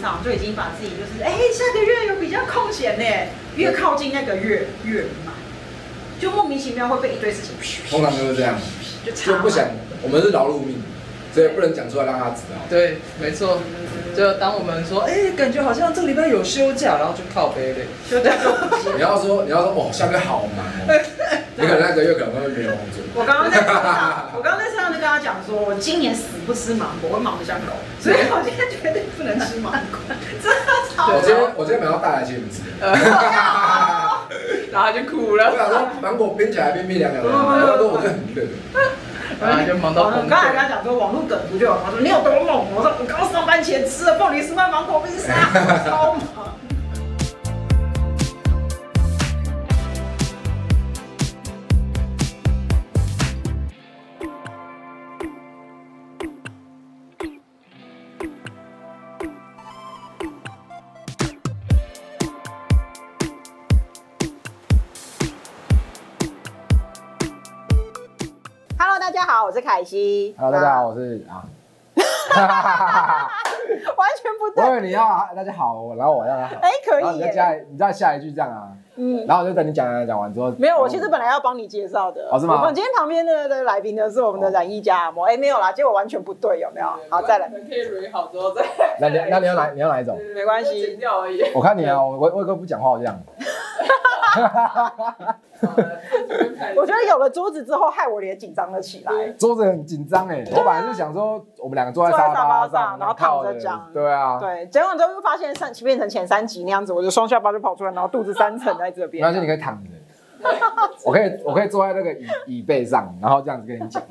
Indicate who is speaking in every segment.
Speaker 1: 上，我就已经把自己就是，哎、下个月有比较空闲呢，越靠近那个月越忙，就莫名其妙会被一堆事情，
Speaker 2: 通常都是这样，
Speaker 1: 就插
Speaker 2: 就不想，我们是劳碌命，所以不能讲出来让他知道。
Speaker 3: 对，没错。就当我们说，哎、感觉好像这个礼拜有休假，然后就靠背 嘞。
Speaker 1: 就这样。
Speaker 2: 你要说你要说哦，下个月好忙哦，你可能那个月可能会没有工作。
Speaker 1: 我刚刚在车上，我刚刚在车上就跟他讲说，我今年死不吃芒果，我会忙得像狗，所以我今天绝对不能吃芒果，真的超
Speaker 2: 我 今天我今天晚上带来请你吃，
Speaker 3: 然后就哭
Speaker 2: 我
Speaker 3: 了，
Speaker 2: 想说芒果冰起来冰冰凉凉的，然后说我就很热。
Speaker 3: 然后就忙到
Speaker 1: 我
Speaker 3: 崩
Speaker 1: 刚才跟
Speaker 3: 溃。
Speaker 1: 他讲说，网络梗图就有人说你有多猛，我说我刚上班前吃了凤梨酥、麦芒果冰沙，我超 猛。Hello，大家好，我是凯西。
Speaker 2: Hello，大家好，我是啊，
Speaker 1: 啊，完全不
Speaker 2: 我
Speaker 1: 对，
Speaker 2: 以为你要大家好，然后我要大家好，
Speaker 1: 哎、可
Speaker 2: 然后你
Speaker 1: 以
Speaker 2: 再
Speaker 1: 耶。
Speaker 2: 加你再下一句这样啊，
Speaker 1: 嗯，
Speaker 2: 然后我就等你讲讲讲完之后，
Speaker 1: 没有，我其实本来要帮你介绍的。
Speaker 2: 哦是吗哦
Speaker 1: 我们今天旁边的的来宾呢是我们的染衣家按摩，哎、没有啦，结果完全不对，有没有？好，再来，
Speaker 3: 可以 re 好之后再。
Speaker 2: 那你那你要哪你要哪一种？
Speaker 1: 没关系
Speaker 3: 剪掉而已。
Speaker 2: 我看你啊，我我我哥不讲话，我这样。
Speaker 3: 好了
Speaker 1: 我觉得有了桌子之后，害我脸紧张了起来。
Speaker 2: 桌子很紧张哎，我本来是想说我们两个坐在沙发
Speaker 1: 啊坐在沙发上
Speaker 2: 上，
Speaker 1: 然后躺着讲
Speaker 2: 对啊，
Speaker 1: 对，结果之后就发现上变成前三集那样子，我的双下巴就跑出来，然后肚子三层在这
Speaker 2: 没
Speaker 1: 边。
Speaker 2: 关系，你可以躺着。我可以，我可以坐在那个椅椅背上，然后这样子跟你 讲，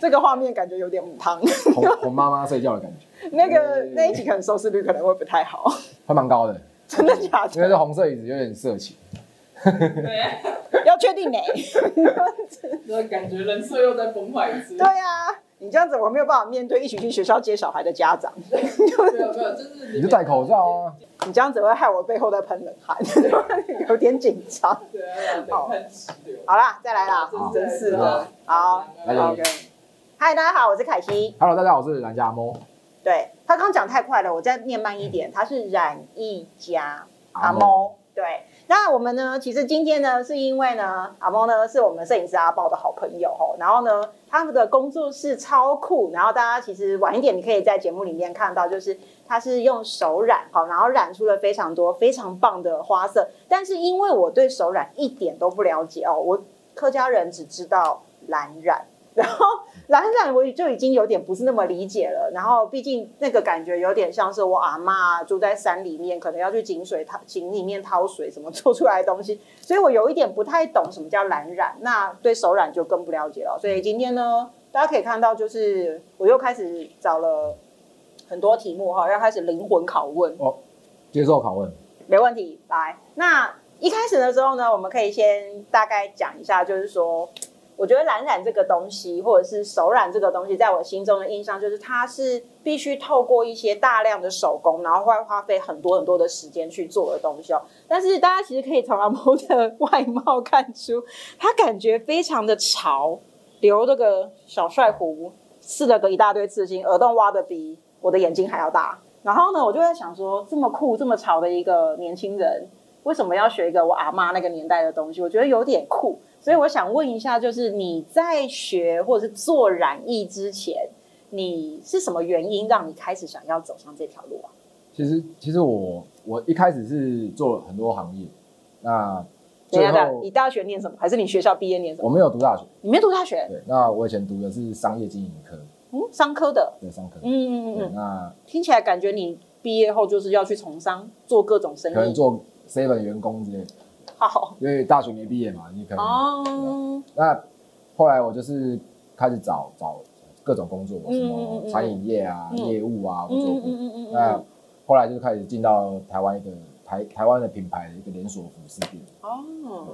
Speaker 1: 这个画面感觉有点母汤，
Speaker 2: 哄哄妈妈睡觉的感觉，
Speaker 1: 那个
Speaker 2: 嗯
Speaker 1: 那一集可能收视率可能会不太好，
Speaker 2: 会蛮高的，
Speaker 1: 真的假
Speaker 2: 嗯因为这
Speaker 1: 的？
Speaker 2: 红色椅子有点色情。
Speaker 1: 要确定呢、
Speaker 3: 就是感觉人设又在崩坏一次。
Speaker 1: 对啊，你这样子我没有办法面对一起去学校接小孩的家长，
Speaker 3: 没有没有，就是
Speaker 2: 你就戴口罩啊，
Speaker 1: 你这样子会害我背后在喷冷汗， 有点紧张。
Speaker 3: 对啊，
Speaker 1: 好
Speaker 3: 看直流。
Speaker 1: 好啦，再来啦，
Speaker 3: 好
Speaker 1: 真是的。好
Speaker 2: 来来
Speaker 1: ，OK。嗨，大家好，我是凯西。
Speaker 2: Hello，大家好，我是蓝家摸
Speaker 1: 对他刚讲太快了，我再念慢一点。他是染一家阿
Speaker 2: 猫。
Speaker 1: 猫。对，那我们呢？其实今天呢，是因为呢，阿猫呢是我们摄影师阿豹的好朋友哦。然后呢，他们的工作室超酷。然后大家其实晚一点，你可以在节目里面看到，就是他是用手染好，然后染出了非常多非常棒的花色。但是因为我对手染一点都不了解哦，我客家人只知道蓝染，然后蓝染我就已经有点不是那么理解了。然后毕竟那个感觉有点像是我阿妈住在山里面，可能要去井水掏井里面掏水，什么做出来的东西，所以我有一点不太懂什么叫蓝染，那对手染就更不了解了。所以今天呢，大家可以看到，就是我又开始找了很多题目哈，要开始灵魂拷问。
Speaker 2: 接受拷问，
Speaker 1: 没问题，来。那一开始的时候呢，我们可以先大概讲一下，就是说，我觉得蓝染这个东西，或者是手染这个东西，在我心中的印象就是，它是必须透过一些大量的手工，然后会花费很多很多的时间去做的东西哦。但是大家其实可以从阿猫的外貌看出，他感觉非常的潮，留那个小帅胡，刺了个一大堆刺青，耳洞挖的比我的眼睛还要大。然后呢，我就在想说，这么酷、这么潮的一个年轻人，为什么要学一个我阿妈那个年代的东西？我觉得有点酷，所以我想问一下，就是你在学或者是做染艺之前，你是什么原因让你开始想要走上这条路啊？
Speaker 2: 其实其实我我一开始是做了很多行业，那
Speaker 1: 等
Speaker 2: 最
Speaker 1: 一下，等一下
Speaker 2: 后
Speaker 1: 啊你大学念什么？还是你学校毕业念什么？
Speaker 2: 我没有读大学，
Speaker 1: 你没读大学？
Speaker 2: 对，那我以前读的是商业经营科，
Speaker 1: 嗯，商科的。
Speaker 2: 对，商科，
Speaker 1: 嗯嗯嗯
Speaker 2: 对，
Speaker 1: 嗯，
Speaker 2: 那
Speaker 1: 听起来感觉你毕业后就是要去从商，做各种生
Speaker 2: 可能
Speaker 1: 意。
Speaker 2: 做 seven 员工之类的，
Speaker 1: 好
Speaker 2: 因为大学没毕业嘛，你可能
Speaker 1: 哦，
Speaker 2: 那后来我就是开始找找各种工作，
Speaker 1: 嗯
Speaker 2: 什
Speaker 1: 嗯嗯
Speaker 2: 么餐饮业啊、
Speaker 1: 嗯
Speaker 2: 业务啊，我
Speaker 1: 嗯
Speaker 2: 做
Speaker 1: 嗯
Speaker 2: 过。
Speaker 1: 嗯嗯嗯
Speaker 2: 那
Speaker 1: 嗯，
Speaker 2: 后来就开始进到台湾一个台台湾的品牌的一个连锁服饰店，
Speaker 1: 哦。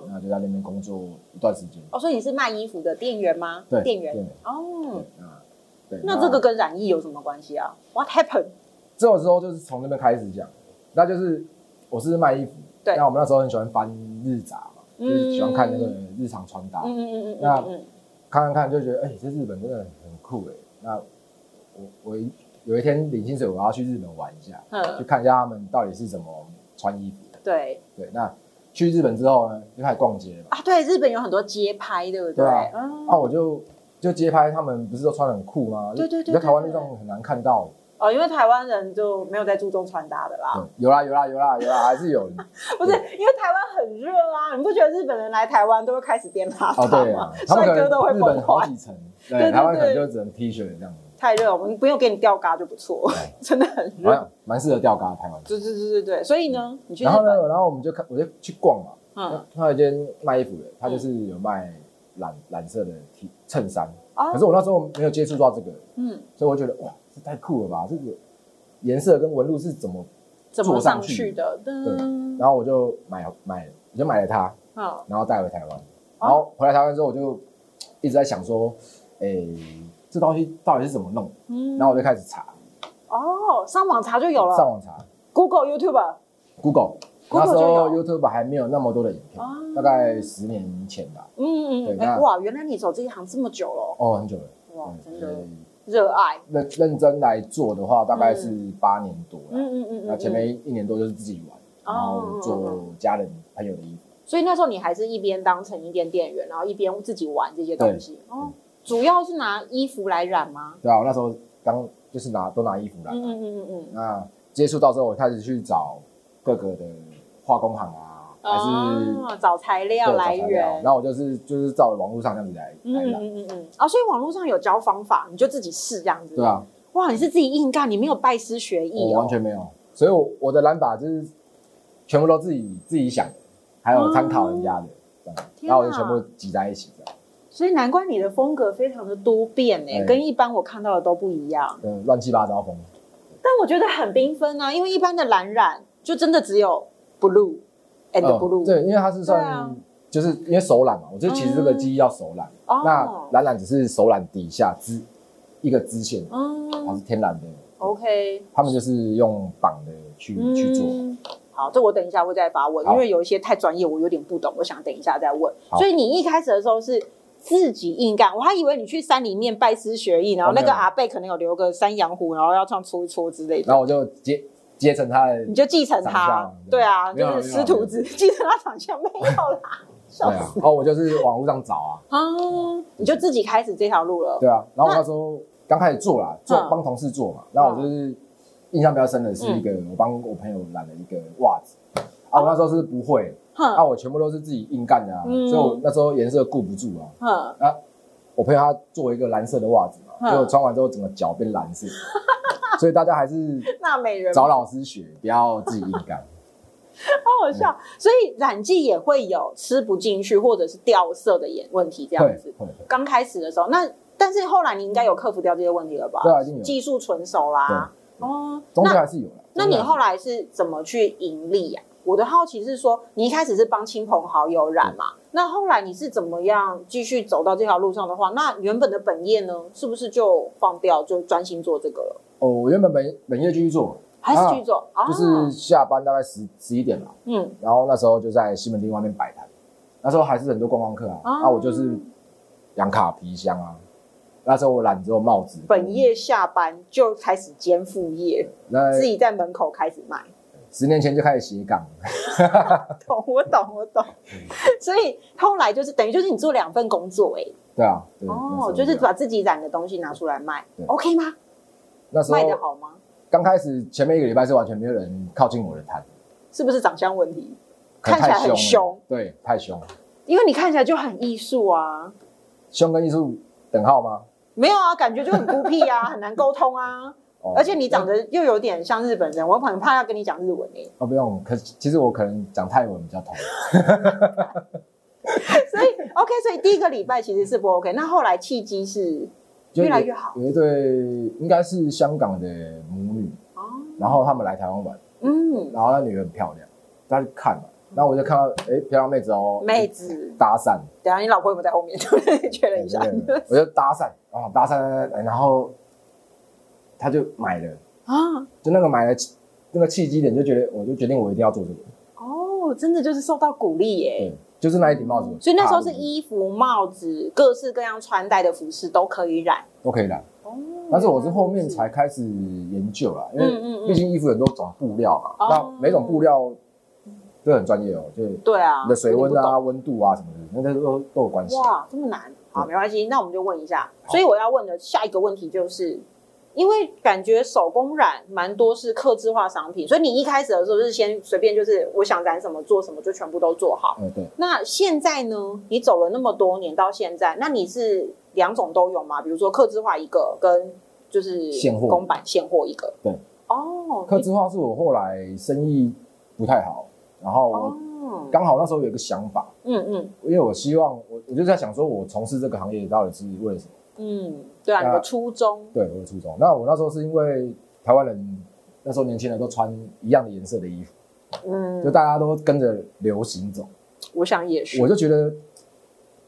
Speaker 2: 那就在那边工作一段时间。
Speaker 1: 哦，所以你是卖衣服的店员吗？
Speaker 2: 对，
Speaker 1: 店员。
Speaker 2: 对，
Speaker 1: 哦
Speaker 2: 对，，那对。
Speaker 1: 那这个跟染疫有什么关系啊？What happened？
Speaker 2: 这种时候就是从那边开始讲，那就是我是卖衣服，
Speaker 1: 对
Speaker 2: 那我们那时候很喜欢翻日杂嘛，就是喜欢看那个日常穿搭，
Speaker 1: 嗯嗯嗯嗯
Speaker 2: 那
Speaker 1: 嗯嗯，
Speaker 2: 看看看就觉得，哎、这日本真的很酷哎、那我我一有一天领薪水，我要去日本玩一下，去
Speaker 1: 嗯，
Speaker 2: 看一下他们到底是怎么穿衣服的。
Speaker 1: 对
Speaker 2: 对，那去日本之后呢，就开始逛街嘛，
Speaker 1: 啊，对，日本有很多街拍，对不对？
Speaker 2: 对啊
Speaker 1: 嗯
Speaker 2: 啊，我就就街拍，他们不是都穿得很酷吗？
Speaker 1: 对对
Speaker 2: 你
Speaker 1: 对
Speaker 2: 在台湾
Speaker 1: 对
Speaker 2: 路
Speaker 1: 对
Speaker 2: 上很难看到。
Speaker 1: 哦，因为台湾人就没有在注重穿搭的啦，
Speaker 2: 对，有啦有啦有啦有啦，还是有。
Speaker 1: 不是因为台湾很热啊，你不觉得日本人来台湾都会开始变邋
Speaker 2: 哦，
Speaker 1: 遢
Speaker 2: 对
Speaker 1: 吗
Speaker 2: 啊？，他们可
Speaker 1: 帅哥都会
Speaker 2: 能日
Speaker 1: 崩
Speaker 2: 本好
Speaker 1: 坏，
Speaker 2: 几层，
Speaker 1: 对
Speaker 2: 对，
Speaker 1: 对
Speaker 2: 台湾可能
Speaker 1: 对
Speaker 2: 就只能 T 恤这样，
Speaker 1: 太热，我们不用给你吊嘎就不错， 真的很
Speaker 2: 好
Speaker 1: 热。
Speaker 2: 像蛮适合吊嘎台湾。
Speaker 1: 对对对对对，所以呢，你去日
Speaker 2: 然后
Speaker 1: 本，
Speaker 2: 呢，呃然后我们就看，我就去逛嘛，
Speaker 1: 嗯，
Speaker 2: 他有一间卖衣服的，他就是有卖蓝蓝色的 T 衬衫，
Speaker 1: 啊
Speaker 2: 可是我那时候没有接触到这个，
Speaker 1: 嗯，
Speaker 2: 所以我觉得哇，这太酷了吧！这个颜色跟纹路是怎么？
Speaker 1: 怎么
Speaker 2: 坐上
Speaker 1: 上
Speaker 2: 去
Speaker 1: 去的？噔，
Speaker 2: 然后我就买买了，我就买了它，
Speaker 1: 嗯，
Speaker 2: 然后带回台湾。
Speaker 1: 哦
Speaker 2: 然后回来台湾之后，我就一直在想说，诶，这东西到底是怎么弄？
Speaker 1: 嗯
Speaker 2: 然后我就开始查，
Speaker 1: 哦，上网查就有
Speaker 2: 上
Speaker 1: 了
Speaker 2: 网查
Speaker 1: ，Google、YouTube，啊
Speaker 2: Google。那
Speaker 1: Google
Speaker 2: 时
Speaker 1: 就
Speaker 2: 候
Speaker 1: 有
Speaker 2: YouTube 还没有那么多的影片
Speaker 1: 哦，
Speaker 2: 大概十年前吧，
Speaker 1: 嗯嗯
Speaker 2: 对
Speaker 1: 嗯，
Speaker 2: 那
Speaker 1: 哎哇，原来你走这一行这么久了，
Speaker 2: 哦，很久了。
Speaker 1: 哇，
Speaker 2: 嗯
Speaker 1: 真
Speaker 2: 所
Speaker 1: 的哦
Speaker 2: 以
Speaker 1: 热爱，
Speaker 2: 认认真来做的话，大概是八年多
Speaker 1: 嗯
Speaker 2: 了。
Speaker 1: 嗯嗯哦嗯
Speaker 2: 那
Speaker 1: 嗯，
Speaker 2: 前面一年多就是自己玩，然后
Speaker 1: 嗯
Speaker 2: 做家人朋友的衣服。
Speaker 1: 所以那时候你还是一边当成衣店店员，然后一边自己玩这些东西。哦，主要是拿衣服来染吗？
Speaker 2: 对啊，我那时候刚就是拿都拿衣服来
Speaker 1: 嗯，嗯嗯嗯嗯。
Speaker 2: 那接触到之后，我开始去找各个的化工行啊，还是
Speaker 1: 哦，找材料
Speaker 2: 各
Speaker 1: 来源
Speaker 2: 然。后我就是就是照网络上这样子来
Speaker 1: 嗯
Speaker 2: 来
Speaker 1: 嗯
Speaker 2: 染，
Speaker 1: 嗯嗯嗯。啊，所以网络上有教方法，你就自己试这样子。
Speaker 2: 对啊，
Speaker 1: 哇，你是自己硬干，你没有拜师学艺
Speaker 2: 我
Speaker 1: 哦。
Speaker 2: 完全没有，所以我我的染法就是全部都自己自己想的，还有参考人家的这样，
Speaker 1: 天啊
Speaker 2: 然后我就全部挤在一起这样，
Speaker 1: 所以难怪你的风格非常的多变诶、
Speaker 2: 哎
Speaker 1: 跟一般我看到的都不一样。
Speaker 2: 嗯，乱七八糟风。
Speaker 1: 但我觉得很缤纷啊，因为一般的蓝染就真的只有 blue and
Speaker 2: 嗯
Speaker 1: blue。
Speaker 2: 对，因为它是算、
Speaker 1: 对啊嗯
Speaker 2: 就是因为手染嘛，我觉得其实这个技艺要手染，
Speaker 1: 哦
Speaker 2: 那蓝染只是手染底下支一个支线，它
Speaker 1: 嗯
Speaker 2: 是天然的，
Speaker 1: ，OK。
Speaker 2: 他们就是用绑的去、去做。
Speaker 1: 嗯。好，这我等一下会再发问，
Speaker 2: 好
Speaker 1: 因为有一些太专业，我有点不懂，我想等一下再问。
Speaker 2: 好
Speaker 1: 所以你一开始的时候是自己硬干，我还以为你去山里面拜师学艺，然后那个
Speaker 2: 哦没有
Speaker 1: 阿贝可能有留个山羊胡，然后要唱搓一搓之类的。
Speaker 2: 然后我就接接成他的
Speaker 1: 你，就继承
Speaker 2: 长
Speaker 1: 他
Speaker 2: 相，
Speaker 1: 对啊，
Speaker 2: 没有
Speaker 1: 就是师徒制， 继承他长相没 有啦，笑
Speaker 2: 对
Speaker 1: 死
Speaker 2: 啊，哦，我就是网络上找啊，
Speaker 1: 啊！你就自己开始这条路了，
Speaker 2: 对啊。然后我那时候刚开始做啦，做
Speaker 1: 嗯
Speaker 2: 帮同事做嘛，然后我就是印象比较深的是一个，
Speaker 1: 嗯
Speaker 2: 我帮我朋友染了一个袜子。啊，我那时候是不会，啊，
Speaker 1: 哼
Speaker 2: 我全部都是自己硬干的啊，
Speaker 1: 嗯
Speaker 2: 所以我那时候颜色顾不住啊。
Speaker 1: 哼，
Speaker 2: 我朋友他做一个蓝色的袜子嘛，
Speaker 1: 嗯
Speaker 2: 结果穿完之后整个脚变蓝色， 所以大家还是
Speaker 1: 那美人
Speaker 2: 找老师学，不要自己硬干。
Speaker 1: 好好笑。
Speaker 2: 嗯
Speaker 1: 所以染剂也会有吃不进去或者是掉色的眼问题 这样
Speaker 2: 会
Speaker 1: 子。
Speaker 2: 会会，
Speaker 1: 刚开始的时候，那但是后来你应该有克服掉这些问题了吧？
Speaker 2: 对啊，一定有，
Speaker 1: 技术纯熟啦。哦，
Speaker 2: 中间
Speaker 1: 那
Speaker 2: 还是有啦。
Speaker 1: 那你
Speaker 2: 中间还是有
Speaker 1: 后来是怎么去盈利呀、我的好奇是说，你一开始是帮亲朋好友染嘛？
Speaker 2: 嗯
Speaker 1: 那后来你是怎么样继续走到这条路上的话，那原本的本业呢，是不是就放掉，就专心做这个了？
Speaker 2: 哦，我原本本本业继续做，
Speaker 1: 还是继续做？啊，
Speaker 2: 就是下班大概十十一点吧，
Speaker 1: 嗯，
Speaker 2: 然后那时候就在西门町外面摆摊，那时候还是很多观光客啊，
Speaker 1: 哦
Speaker 2: 啊，我就是养卡皮箱啊，那时候我染只有帽子，
Speaker 1: 本业下班就开始兼副业，
Speaker 2: 那
Speaker 1: 自己在门口开始卖。
Speaker 2: 十年前就开始斜杠，
Speaker 1: 懂，我懂，我懂。所以后来就是等于就是你做两份工作、欸，
Speaker 2: 对啊，对那时
Speaker 1: 哦
Speaker 2: 候，
Speaker 1: 就是
Speaker 2: 这样
Speaker 1: 把自己染的东西拿出来卖
Speaker 2: 对
Speaker 1: ，OK 吗？
Speaker 2: 那时
Speaker 1: 卖得
Speaker 2: 候
Speaker 1: 好吗？
Speaker 2: 刚开始前面一个礼拜是完全没有人靠近我的摊，
Speaker 1: 是不是长相问题？
Speaker 2: 可能
Speaker 1: 看起来
Speaker 2: 太
Speaker 1: 很
Speaker 2: 凶
Speaker 1: 凶
Speaker 2: 了，对，太凶了，
Speaker 1: 因为你看起来就很艺术啊，
Speaker 2: 凶跟艺术等号吗？
Speaker 1: 没有啊，感觉就很孤僻啊， 很难沟通啊，
Speaker 2: 哦
Speaker 1: 而且你长得又有点像日本人，我很怕要跟你讲日文欸诶、
Speaker 2: 哦不用，可其实我可能讲泰文比较通，
Speaker 1: 所以 OK，所以第一个礼拜其实是不 OK，那后来契机是
Speaker 2: 就
Speaker 1: 越来
Speaker 2: 有
Speaker 1: 越好
Speaker 2: 有一对应该是香港的母女，
Speaker 1: 哦，
Speaker 2: 然后他们来台湾玩。
Speaker 1: 嗯，
Speaker 2: 然后那女人很漂亮，她就看嘛，然后我就看到，哎，漂亮妹子哦，
Speaker 1: 妹子，
Speaker 2: 搭讪，
Speaker 1: 等一下你老婆有没有在后面？ 确认一下
Speaker 2: 对对对我就搭讪，哦，搭讪，然后她就买了，
Speaker 1: 啊。
Speaker 2: 就那个买了，那个契机点就觉得，我就决定我一定要做这个，
Speaker 1: 哦，真的就是受到鼓励耶。
Speaker 2: 对，就是那一顶帽子，
Speaker 1: 所以那时候是
Speaker 2: 大陆
Speaker 1: 衣服、帽子、各式各样穿戴的服饰都可以染。
Speaker 2: 都可以染，
Speaker 1: 哦，
Speaker 2: 但是我是后面才开始研究啦，因
Speaker 1: 嗯嗯嗯
Speaker 2: 为毕竟衣服有很多种布料嘛，
Speaker 1: 哦
Speaker 2: 那每种布料都很专业哦，就是你
Speaker 1: 对啊，
Speaker 2: 的水温
Speaker 1: 你不懂
Speaker 2: 啊、温度啊什么的，那都都都有关系。
Speaker 1: 哇，这么难？好，没关系，那我们就问一下。
Speaker 2: 嗯好
Speaker 1: 所以我要问的下一个问题就是，因为感觉手工染蛮多是刻制化商品，所以你一开始的时候是先随便就是我想染什么做什么就全部都做好。
Speaker 2: 呃，对，
Speaker 1: 那现在呢？你走了那么多年到现在，那你是两种都有吗？比如说刻制化一个跟就是
Speaker 2: 现货
Speaker 1: 公版现货一个。
Speaker 2: 对。
Speaker 1: 哦，
Speaker 2: 刻字化是我后来生意不太好，然后我
Speaker 1: 哦，
Speaker 2: 刚好那时候有一个想法，
Speaker 1: 嗯嗯
Speaker 2: 因为我希望我我就在想说，我从事这个行业到底是为了什么？
Speaker 1: 嗯，对啊，你的
Speaker 2: 那
Speaker 1: 初衷。
Speaker 2: 对，我的初衷。那我那时候是因为台湾人那时候年轻人都穿一样的颜色的衣服，就
Speaker 1: 嗯，
Speaker 2: 大家都跟着流行走，
Speaker 1: 我想也是
Speaker 2: 我，就觉得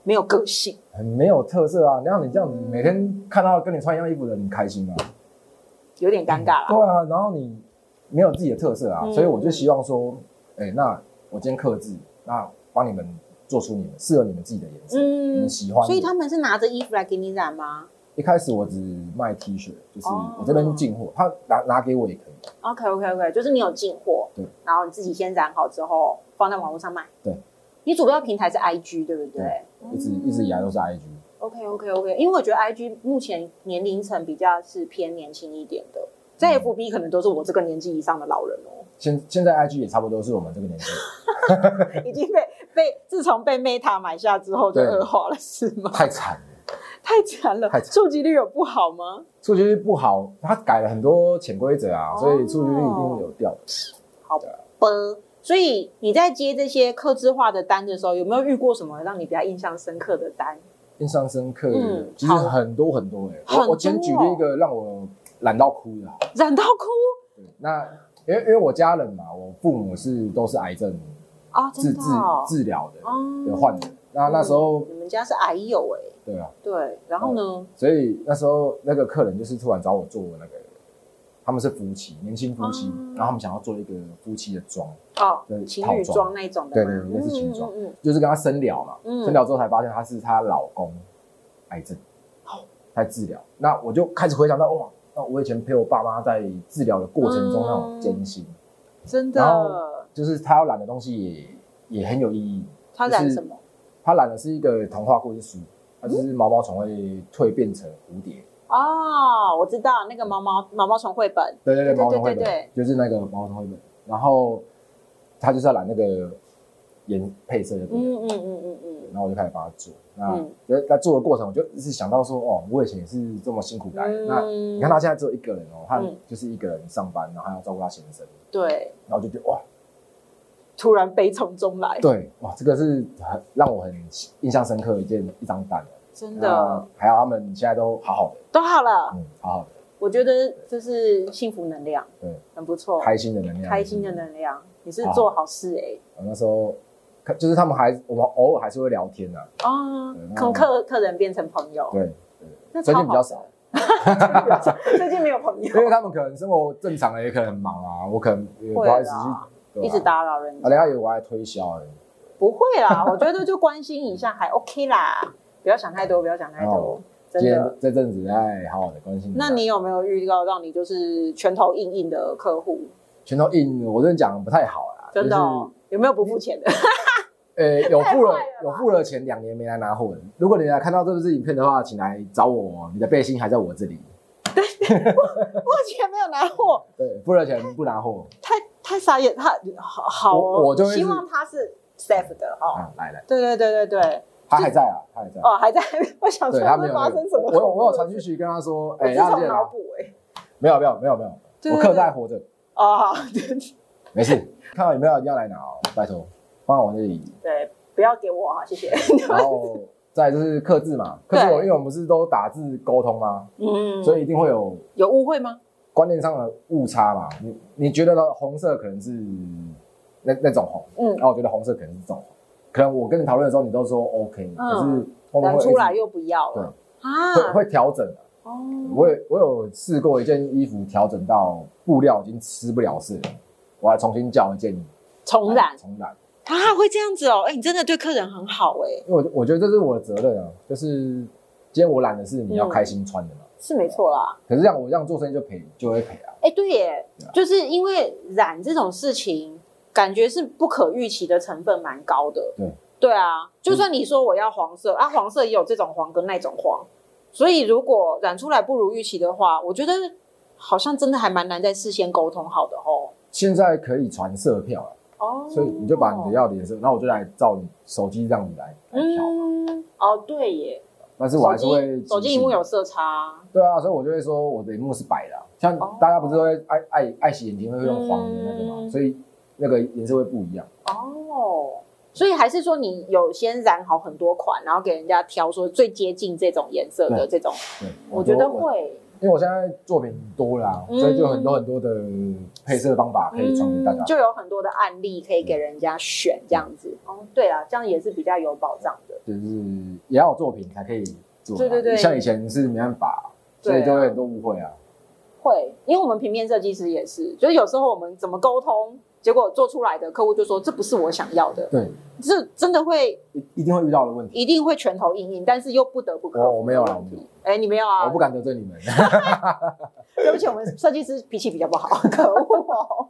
Speaker 1: 没有个性。
Speaker 2: 很没有特色啊。然后你这样子每天看到跟你穿一样衣服的人，你开心吗？
Speaker 1: 有点尴尬啦。
Speaker 2: 对啊，然后你没有自己的特色啊，
Speaker 1: 嗯
Speaker 2: 所以我就希望说，哎、那我今天克制，那帮你们做出你们适合你们自己的颜色，你
Speaker 1: 嗯
Speaker 2: 们，喜欢的。
Speaker 1: 所以他们是拿着衣服来给你染吗
Speaker 2: 一开始我只卖 T 恤，就是
Speaker 1: 哦
Speaker 2: 我这边进货，他拿拿给我也可以。
Speaker 1: ？OK OK OK，就是你有进货，
Speaker 2: 对，
Speaker 1: 然后你自己先染好之后放在网络上卖，
Speaker 2: 对。
Speaker 1: 你主要平台是 IG 对不对
Speaker 2: 对？一直
Speaker 1: 嗯
Speaker 2: 一直以来都是 IG，
Speaker 1: OK OK OK，因为我觉得 IG 目前年龄层比较是偏年轻一点的，
Speaker 2: 嗯
Speaker 1: 在 FB 可能都是我这个年纪以上的老人 哦，
Speaker 2: 现现在 IG 也差不多是我们这个年纪。
Speaker 1: 已经被被自从被 Meta 买下之后就
Speaker 2: 对
Speaker 1: 恶化了是吗？
Speaker 2: 太惨了，
Speaker 1: 太惨了
Speaker 2: 太，惨
Speaker 1: 触及率有不好吗？
Speaker 2: 数据率不好，他改了很多潜规则啊，
Speaker 1: 哦
Speaker 2: 所以数据率一定有掉。
Speaker 1: 啵。呃所以你在接这些客制化的单的时候，有没有遇过什么让你比较印象深刻的单？
Speaker 2: 印象深刻，
Speaker 1: 嗯
Speaker 2: 其实
Speaker 1: 好
Speaker 2: 很多很多哎、
Speaker 1: 很多哦
Speaker 2: 我我先举例一个让我懒到哭的好了，
Speaker 1: 染到哭
Speaker 2: 对，那因为因为我家人嘛，我父母是都是癌症
Speaker 1: 啊！
Speaker 2: 治
Speaker 1: 真
Speaker 2: 治
Speaker 1: 的哦
Speaker 2: 治疗的
Speaker 1: 哦
Speaker 2: 的患者，那那时候
Speaker 1: 你们家是癌友哎，
Speaker 2: 对啊，
Speaker 1: 对，然后呢？
Speaker 2: 所以那时候那个客人就是突然找我做那个，他们是夫妻，年轻夫妻，
Speaker 1: 哦
Speaker 2: 然后他们想要做一个夫妻的妆，
Speaker 1: 哦
Speaker 2: 对，
Speaker 1: 情侣
Speaker 2: 套
Speaker 1: 装
Speaker 2: 装
Speaker 1: 那一种的
Speaker 2: 对
Speaker 1: 吗，
Speaker 2: 对对类似情
Speaker 1: 嗯
Speaker 2: 装
Speaker 1: 嗯嗯，
Speaker 2: 就是跟他深聊嘛，
Speaker 1: 嗯
Speaker 2: 深聊之后才发现她是她老公癌症，在治疗。那我就开始回想到哇，那我以前陪我爸妈在治疗的过程中
Speaker 1: 嗯
Speaker 2: 那种艰辛，
Speaker 1: 嗯真
Speaker 2: 然
Speaker 1: 的
Speaker 2: 后，就是他要染的东西也也很有意义。
Speaker 1: 他染什么？
Speaker 2: 他染的是一个童话故事书，它就是毛毛虫会蜕变成蝴蝶。
Speaker 1: 哦，我知道那个毛毛毛毛虫绘本，
Speaker 2: 对对对，
Speaker 1: 对对
Speaker 2: 毛毛虫绘
Speaker 1: 对对
Speaker 2: 本就是那个毛毛虫绘本，然后他就是要染那个颜配色的。
Speaker 1: 嗯嗯嗯嗯嗯
Speaker 2: 然后我就开始帮他做。那
Speaker 1: 嗯
Speaker 2: 在在做的过程，我就一直想到说，哦，我以前也是这么辛苦来的。那
Speaker 1: 嗯，
Speaker 2: 你看他现在只有一个人哦，他
Speaker 1: 嗯
Speaker 2: 就是一个人上班，然后还要照顾他先生，
Speaker 1: 对，
Speaker 2: 然后就觉得哇，
Speaker 1: 突然悲从中来，
Speaker 2: 对，哇，这个是很让我很印象深刻的一件一张单。
Speaker 1: 真
Speaker 2: 那
Speaker 1: 的
Speaker 2: 还有他们现在都好好的，
Speaker 1: 都好了。
Speaker 2: 嗯，好好的，
Speaker 1: 我觉得这是幸福能量，
Speaker 2: 对，
Speaker 1: 很不错，
Speaker 2: 嗯开心的啊能量，
Speaker 1: 开心的
Speaker 2: 量。
Speaker 1: 能量。你是做好事哎、
Speaker 2: 那时候看就是他们还我们偶尔还是会聊天啊，
Speaker 1: 哦
Speaker 2: 对，
Speaker 1: 跟客客人变成朋友，
Speaker 2: 对，
Speaker 1: 那超
Speaker 2: 最
Speaker 1: 好
Speaker 2: 近比较啊少，
Speaker 1: 最近没有朋
Speaker 2: 因为
Speaker 1: 友，
Speaker 2: 他们可能生活正常了，也可能很忙啊，我可能也不
Speaker 1: 会
Speaker 2: 好意思
Speaker 1: 啦
Speaker 2: 去，对啊
Speaker 1: 一直打扰人
Speaker 2: 啊，
Speaker 1: 家，
Speaker 2: 等下以为我在推销欸，
Speaker 1: 不会啦， 我觉得就关心一下还 OK 啦，不要想太多，不要想太多
Speaker 2: 哦，
Speaker 1: 真
Speaker 2: 今天嗯
Speaker 1: 的。
Speaker 2: 这阵子在好好的关心。
Speaker 1: 那你有没有遇到让你就是拳头硬硬的客户？
Speaker 2: 拳头硬，我真的讲不太好啦，
Speaker 1: 真的哦、有没有不付 钱的？
Speaker 2: 就是，呃，有付
Speaker 1: 太
Speaker 2: 了
Speaker 1: 坏了吧
Speaker 2: 有付了钱，两年没来拿货了。如果你来看到这支影片的话，请来找我哦，你的背心还在我这里。
Speaker 1: 付钱没有拿货，
Speaker 2: 对，付了钱不拿货
Speaker 1: 太太傻眼，他好好哦，
Speaker 2: 我我就会是
Speaker 1: 希望他是 safe 的哦。
Speaker 2: 啊，来来，
Speaker 1: 对对对对对，
Speaker 2: 他还在啊，他还在。
Speaker 1: 哦，还在， 我想说
Speaker 2: 对他没
Speaker 1: 会
Speaker 2: 有
Speaker 1: 发
Speaker 2: 那个，
Speaker 1: 生什么
Speaker 2: 我
Speaker 1: 恐怖的事？
Speaker 2: 有我有 传讯息跟他说，
Speaker 1: 我
Speaker 2: 哎，
Speaker 1: 自
Speaker 2: 让他进来
Speaker 1: 从脑
Speaker 2: 拿，
Speaker 1: 补哎，
Speaker 2: 没有没有没有没有，
Speaker 1: 对对
Speaker 2: 我客在活着，
Speaker 1: 哦，对
Speaker 2: 没事，看到有没有一定要来拿哦，拜托，放在我这 里。
Speaker 1: 对，不要给我啊，谢谢。
Speaker 2: 然后再来就是克制嘛，克制
Speaker 1: 对
Speaker 2: 我因为我们不是都打字沟通吗？
Speaker 1: 嗯，
Speaker 2: 所以一定会有
Speaker 1: 有误会吗？
Speaker 2: 观念上的误差嘛。你你觉得的红色可能是那那种红，
Speaker 1: 嗯
Speaker 2: 然，后我觉得红色可能是这种红，可能我跟你讨论的时候你都说 OK，、可是后面
Speaker 1: 染
Speaker 2: 会
Speaker 1: 嗯出来又不要了
Speaker 2: 一直会
Speaker 1: 啊。
Speaker 2: 会调整、啊。
Speaker 1: 哦，
Speaker 2: 我有我有试过一件衣服调整到布料已经吃不了色了，我还重新叫一件
Speaker 1: 重啊染
Speaker 2: 重染，
Speaker 1: 他还会这样子哦。哎，你真的对客人很好哎。
Speaker 2: 因为我我觉得这是我的责任啊，就是今天我懒的是你要
Speaker 1: 嗯
Speaker 2: 开心穿的嘛，
Speaker 1: 是没错啦。
Speaker 2: 可是让我让做生意就赔就会赔啊。
Speaker 1: 哎，对耶，
Speaker 2: 对啊
Speaker 1: 就是因为染这种事情，感觉是不可预期的成分蛮高的。
Speaker 2: 对，
Speaker 1: 啊，就算你说我要黄色、啊，黄色也有这种黄跟那种黄，所以如果染出来不如预期的话，我觉得好像真的还蛮难在事先沟通好的哦。
Speaker 2: 现在可以传色票啊了，
Speaker 1: 哦，
Speaker 2: 所以你就把你的要点色，那我就来照你手机让你来来调。
Speaker 1: 嗯，哦，对耶，
Speaker 2: 但是我还是
Speaker 1: 手机
Speaker 2: 会
Speaker 1: 手
Speaker 2: 即
Speaker 1: 机
Speaker 2: 兴
Speaker 1: 屏幕有色差，
Speaker 2: 对啊，所以我就会说我的荧幕是白的啊、像
Speaker 1: 哦
Speaker 2: 大家不是都会爱爱爱洗眼睛会用黄的那个嘛，
Speaker 1: 嗯
Speaker 2: 所以那个颜色会不一样。
Speaker 1: 哦，所以还是说你有先染好很多款，然后给人家挑说最接近这种颜色的这种，
Speaker 2: 对，
Speaker 1: 我觉得
Speaker 2: 都
Speaker 1: 会。
Speaker 2: 因为我现在作品多啦、
Speaker 1: 嗯
Speaker 2: 所以就很多很多的配色方法可以传给大家。嗯
Speaker 1: 就有很多的案例可以给人家选这样子。哦，对啊，这样也是比较有保障的。
Speaker 2: 就是也要有作品才可以做啊、
Speaker 1: 对对对
Speaker 2: 像以前是没办法，
Speaker 1: 对
Speaker 2: 所
Speaker 1: 啊
Speaker 2: 以就会很多误会啊。
Speaker 1: 会，因为我们平面设计师也是，就是有时候我们怎么沟通，结果做出来的客户就说这不是我想要的，
Speaker 2: 对，
Speaker 1: 这真的会
Speaker 2: 一一定会遇到的问题。
Speaker 1: 一定会拳头硬硬，但是又不得不克服
Speaker 2: 我我没有啦
Speaker 1: 的问题哎，你没有啊？
Speaker 2: 我不敢得罪你们，
Speaker 1: 对不起，我们设计师脾气比较不好，可恶、哦。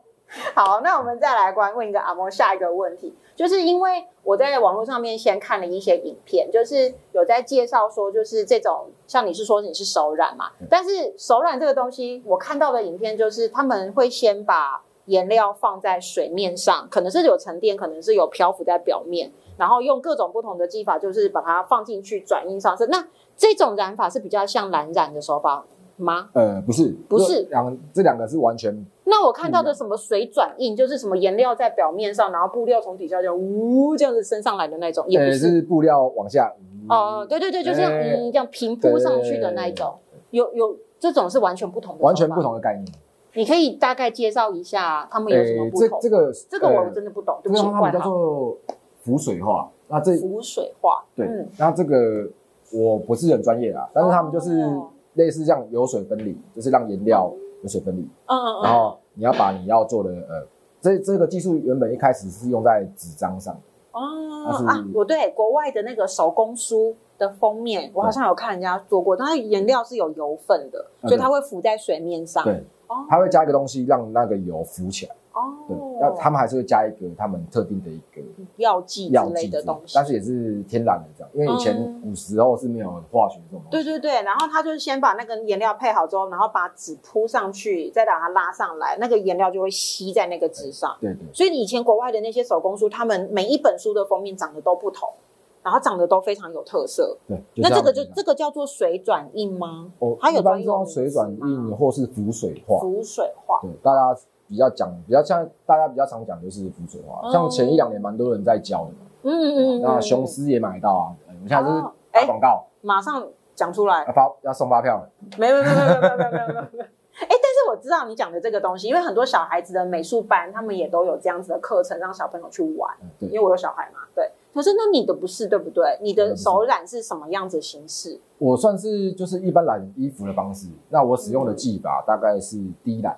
Speaker 1: 好，那我们再来关问一个阿莫下一个问题，就是因为我在网络上面先看了一些影片，就是有在介绍说，就是这种像你是说你是手染嘛，但是手染这个东西，我看到的影片就是他们会先把颜料放在水面上，可能是有沉淀，可能是有漂浮在表面，然后用各种不同的技法，就是把它放进去转印上色。那这种染法是比较像蓝染的手法吗？
Speaker 2: 呃，不是，
Speaker 1: 不是
Speaker 2: 这两这两个是完全
Speaker 1: 那我看到
Speaker 2: 嗯
Speaker 1: 的什么水转印，就是什么颜料在表面上，然后布料从底下就呜这样子升上来的那种，也不
Speaker 2: 呃
Speaker 1: 是。
Speaker 2: 是布料往下嗯
Speaker 1: 哦、对对对，就像
Speaker 2: 哎
Speaker 1: 嗯这样平铺上去的那一种，有有这种是完全不同的，
Speaker 2: 完全不。同的概念。呃
Speaker 1: 你可以大概介绍一下他们有什么不
Speaker 2: 这
Speaker 1: 同？
Speaker 2: 哎这个
Speaker 1: 这个我
Speaker 2: 呃
Speaker 1: 真的不懂，
Speaker 2: 这
Speaker 1: 对不
Speaker 2: 个
Speaker 1: 起，
Speaker 2: 他们
Speaker 1: 冠
Speaker 2: 叫
Speaker 1: 豪。
Speaker 2: 做浮水画。那这
Speaker 1: 浮水画，
Speaker 2: 对
Speaker 1: 嗯，
Speaker 2: 那这个我不是很专业啦，但是他们就是
Speaker 1: 哦
Speaker 2: 类似这样有水分离，就是让颜料有水分离，
Speaker 1: 嗯嗯
Speaker 2: 然
Speaker 1: 嗯，
Speaker 2: 后你要把你要做的呃，这这个技术原本一开始是用在纸张上，它
Speaker 1: 哦
Speaker 2: 是
Speaker 1: 啊，我对国外的那个手工书的封面，我好像有看人家做过，但它颜料是有油分的，
Speaker 2: 嗯
Speaker 1: 所以它会浮在水面上。
Speaker 2: 对
Speaker 1: 哦，
Speaker 2: 它会加一个东西让那个油浮起来，对
Speaker 1: 哦，，
Speaker 2: 那他们还是会加一个他们特定的一个
Speaker 1: 药剂之
Speaker 2: 药
Speaker 1: 类
Speaker 2: 剂之
Speaker 1: 的
Speaker 2: 类
Speaker 1: 东西
Speaker 2: 但。是也是天然的这样，因为以
Speaker 1: 嗯
Speaker 2: 前古时候是没有化学这种东
Speaker 1: 对
Speaker 2: 西，
Speaker 1: 对对，然后他就是先把那个颜料配好之后，然后把纸铺上去，再把它拉上来，那个颜料就会吸在那个纸上。
Speaker 2: 对对
Speaker 1: 所以以前国外的那些手工书，他们每一本书的封面长得都不同，然后长得都非常有特色。
Speaker 2: 对，
Speaker 1: 那
Speaker 2: 是
Speaker 1: 这
Speaker 2: 他
Speaker 1: 个就
Speaker 2: 们样
Speaker 1: 这个叫做水转印吗？
Speaker 2: 哦，
Speaker 1: 它有
Speaker 2: 一般
Speaker 1: 专用
Speaker 2: 叫
Speaker 1: 名
Speaker 2: 水
Speaker 1: 词
Speaker 2: 转
Speaker 1: 吗
Speaker 2: 印或是浮水画，
Speaker 1: 浮水画。
Speaker 2: 对，大家比较讲，比较像大家比较常讲就是浮水画，
Speaker 1: 嗯
Speaker 2: 像前一两年蛮多人在教的嘛，
Speaker 1: 嗯嗯嗯。
Speaker 2: 那
Speaker 1: 嗯
Speaker 2: 雄狮也买到啊，呃我们现在就是
Speaker 1: 哦哎啊
Speaker 2: 打广告，
Speaker 1: 马上讲出来
Speaker 2: 要，发要送发票了，
Speaker 1: 没没没没没没没没没没。哎，但是我知道你讲的这个东西，因为很多小孩子的美术班，他们也都有这样子的课程，让小朋友去玩。
Speaker 2: 嗯
Speaker 1: 因为
Speaker 2: 对，
Speaker 1: 我有小孩嘛，对。可是那你的不是对不对？你
Speaker 2: 我的
Speaker 1: 的
Speaker 2: 不是
Speaker 1: 手染是什么样子的形式？
Speaker 2: 我算是就是一般染衣服的方式，那我使用的技法大概是滴染，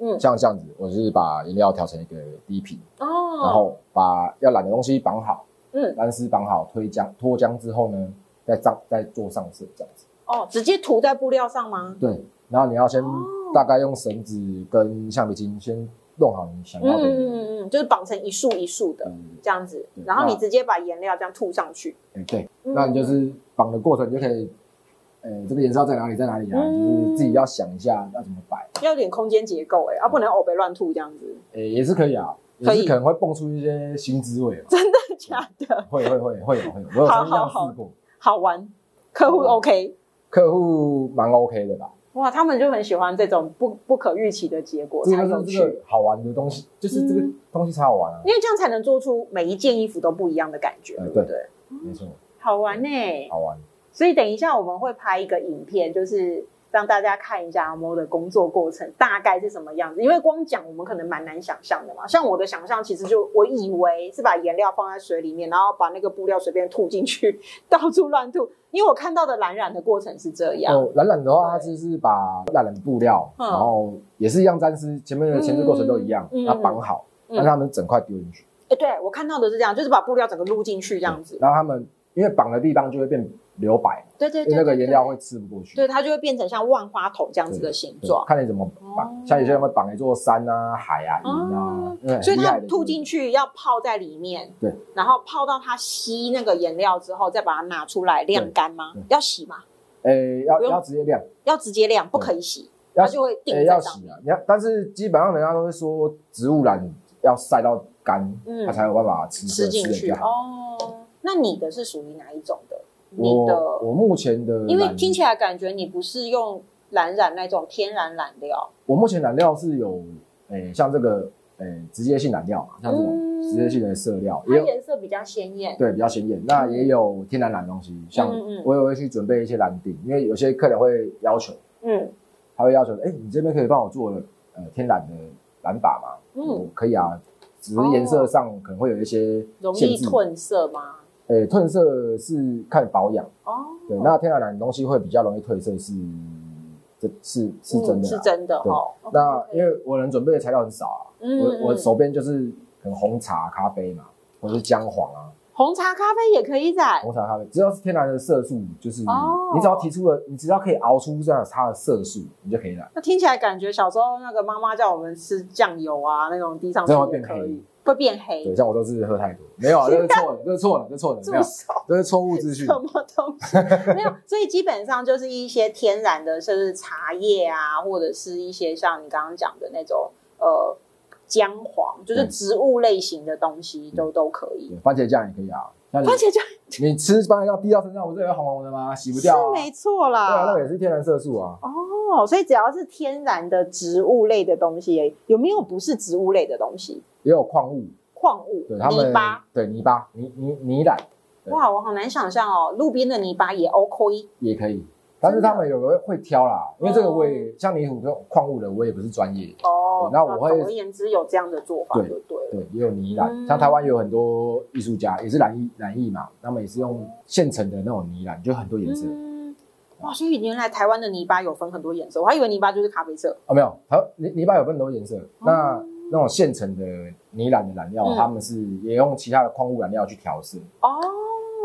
Speaker 1: 嗯，
Speaker 2: 像这样子，我就是把颜料调成一个滴瓶，
Speaker 1: 哦，
Speaker 2: 然后把要染的东西绑好，
Speaker 1: 嗯，
Speaker 2: 干湿绑好，推浆脱浆之后呢，再上再做上色这样子，
Speaker 1: 哦，直接涂在布料上吗？
Speaker 2: 对，然后你要先
Speaker 1: 哦
Speaker 2: 大概用绳子跟橡皮筋先弄好你想
Speaker 1: 嗯
Speaker 2: 要的。
Speaker 1: 嗯嗯嗯，就是绑成一束一束的
Speaker 2: 嗯
Speaker 1: 这样子，
Speaker 2: 对
Speaker 1: 然后你
Speaker 2: 那
Speaker 1: 直接把颜料这样吐上去。
Speaker 2: 哎，对，
Speaker 1: 嗯
Speaker 2: 那你就是绑的过程，你就可以，呃，这个颜色要在哪里，在哪里啊？
Speaker 1: 嗯
Speaker 2: 就是自己要想一下要怎么摆，
Speaker 1: 要有点空间结构哎、啊，不能偶被乱吐这样子，
Speaker 2: 呃，也是可以啊，也
Speaker 1: 可以
Speaker 2: 是可能会蹦出一些新滋味嘛，
Speaker 1: 真的假的？
Speaker 2: 会会会会有会有，我有
Speaker 1: 好
Speaker 2: 曾经这
Speaker 1: 好
Speaker 2: 样
Speaker 1: 好
Speaker 2: 试过，
Speaker 1: 好玩，客户
Speaker 2: 好玩
Speaker 1: OK，
Speaker 2: 客户蛮 OK 的啦，
Speaker 1: 哇，他们就很喜欢这种不不可预期的结果
Speaker 2: 这
Speaker 1: 才有
Speaker 2: 个
Speaker 1: 趣
Speaker 2: 是这，个好玩的东西，就是这个
Speaker 1: 嗯
Speaker 2: 东西才好玩啊，
Speaker 1: 因为这样才能做出每一件衣服都不一样的感觉，
Speaker 2: 呃
Speaker 1: 对
Speaker 2: 对
Speaker 1: 不对？
Speaker 2: 没错，
Speaker 1: 好玩呢、
Speaker 2: 好玩，
Speaker 1: 所以等一下我们会拍一个影片，就是让大家看一下阿猫的工作过程大概是什么样子。因为光讲我们可能蛮难想象的嘛。像我的想象，其实就我以为是把颜料放在水里面，然后把那个布料随便吐进去， 到处乱吐。因为我看到的蓝染的过程是这样，
Speaker 2: 哦，染染的话，它就是把染染布料，
Speaker 1: 嗯
Speaker 2: 然后也是一样沾湿，前面的前置过程都一样
Speaker 1: 嗯嗯，
Speaker 2: 那绑好，
Speaker 1: 嗯
Speaker 2: 让他们整块丢进去。
Speaker 1: 哎、对我看到的是这样，就是把布料整个撸进去这样子。
Speaker 2: 嗯然后他们因为绑的地方就会变留白，
Speaker 1: 对对
Speaker 2: 因为
Speaker 1: 对，
Speaker 2: 那个颜料会
Speaker 1: 对，
Speaker 2: 吃不过去。
Speaker 1: 对它就会变成像万花筒这样子的形
Speaker 2: 对
Speaker 1: 状。
Speaker 2: 看你怎么
Speaker 1: 哦
Speaker 2: 绑。像有些人会绑一座山啊、海啊、云啊
Speaker 1: 哦，
Speaker 2: 因为很
Speaker 1: 所以
Speaker 2: 厉
Speaker 1: 它
Speaker 2: 害的
Speaker 1: 吐进去要泡在里面，
Speaker 2: 对，
Speaker 1: 然后泡到它吸那个颜料之后，再把它拿出来晾干吗
Speaker 2: 对嗯对？
Speaker 1: 要洗吗？
Speaker 2: 诶，哎要
Speaker 1: 不用
Speaker 2: 要直接晾，
Speaker 1: 要直接晾，不可以洗，
Speaker 2: 嗯要
Speaker 1: 它就会定
Speaker 2: 诶
Speaker 1: 在
Speaker 2: 要
Speaker 1: 上面。
Speaker 2: 洗啊。你看，但是基本上人家都会说，植物染要晒到干，
Speaker 1: 嗯
Speaker 2: 它才有办法吃
Speaker 1: 吃
Speaker 2: 色
Speaker 1: 进
Speaker 2: 吃
Speaker 1: 去
Speaker 2: 的好。
Speaker 1: 哦。那你的是属于哪一种的？你
Speaker 2: 我
Speaker 1: 的，
Speaker 2: 我目前的染，
Speaker 1: 因为听起来感觉你不是用蓝染那种天然染料，
Speaker 2: 我目前染料是有诶，像这个诶直接性染料嘛，像这种
Speaker 1: 嗯
Speaker 2: 直接性的色料，
Speaker 1: 它
Speaker 2: 也有
Speaker 1: 颜色比较鲜艳。
Speaker 2: 对，比较显眼。那也有天然染的东西，像
Speaker 1: 嗯嗯
Speaker 2: 我也会去准备一些蓝靛，因为有些客人会要求，
Speaker 1: 嗯
Speaker 2: 他会要求，哎、你这边可以帮我做呃天染的染法吗？
Speaker 1: 嗯，哦
Speaker 2: 我可以啊，只是颜色上可能会有一些
Speaker 1: 容
Speaker 2: 限
Speaker 1: 易
Speaker 2: 制。
Speaker 1: 褪色吗？
Speaker 2: 诶、褪色是看保养，
Speaker 1: 哦，
Speaker 2: 对，那天然染的东西会比较容易褪色是，这是是真
Speaker 1: 嗯
Speaker 2: 的啊
Speaker 1: 是
Speaker 2: 啦、
Speaker 1: 真的
Speaker 2: 对
Speaker 1: 哦。
Speaker 2: 那因为我能准备的材料很少啊，
Speaker 1: 嗯，
Speaker 2: 我我
Speaker 1: 嗯
Speaker 2: 手边就是可能红茶、咖啡嘛，或者是姜黄啊，
Speaker 1: 红茶咖啡也可以染
Speaker 2: 红茶咖啡，只要是天然的色素，就是
Speaker 1: 哦
Speaker 2: 你只要提出了，你只要可以熬出这样它的色素，你就可以染。
Speaker 1: 那听起来感觉小时候那个妈妈叫我们吃酱油啊，那种滴上去
Speaker 2: 这样会
Speaker 1: 也
Speaker 2: 变
Speaker 1: 可
Speaker 2: 黑
Speaker 1: 以，会变
Speaker 2: 对，
Speaker 1: 黑。
Speaker 2: 像我都是喝太多，没有 啊，这是错的，这是错的，这是错的，
Speaker 1: 助
Speaker 2: 没有，
Speaker 1: 手
Speaker 2: 这是错误资讯。
Speaker 1: 什么东 西没有，所以基本上就是一些天然的，甚至茶叶啊，或者是一些像你刚刚讲的那种呃姜黄，就是
Speaker 2: 对
Speaker 1: 植物类型的东西都都可以。
Speaker 2: 对番茄酱也可以啊，那你
Speaker 1: 番茄酱
Speaker 2: 你吃番茄酱滴到身上，不是也会红红的吗？洗不掉
Speaker 1: 是
Speaker 2: 啊。
Speaker 1: 没错
Speaker 2: 对啊，那
Speaker 1: 啦
Speaker 2: 个。也是天然色素啊。
Speaker 1: 哦，所以只要是天然的植物类的东西，有没有不是植物类的东西？
Speaker 2: 也有矿物，
Speaker 1: 矿物、
Speaker 2: 对他们
Speaker 1: 泥巴，
Speaker 2: 对泥巴泥泥泥染对
Speaker 1: 哇，我好难想象哦，路边的泥巴也 OK，
Speaker 2: 也可以，但是
Speaker 1: 真的
Speaker 2: 他们有人会挑啦，因为这个我也像泥土这种矿物的，我也不是专业。
Speaker 1: 哦
Speaker 2: 对，那我会
Speaker 1: 总而言之有这样的做法
Speaker 2: 对
Speaker 1: 就对了。
Speaker 2: 对，也有泥染，
Speaker 1: 嗯
Speaker 2: 像台湾有很多艺术家也是染艺染艺嘛，他们也是用现成的那种泥染，就很多颜色
Speaker 1: 嗯，哇，所以原来台湾的泥巴有分很多颜色，我还以为泥巴就是咖啡色。
Speaker 2: 哦，没有，它泥泥巴有分很多颜色。那那种现成的泥染的染料，
Speaker 1: 哦嗯
Speaker 2: 他们是也用其他的矿物染料去调色。
Speaker 1: 哦，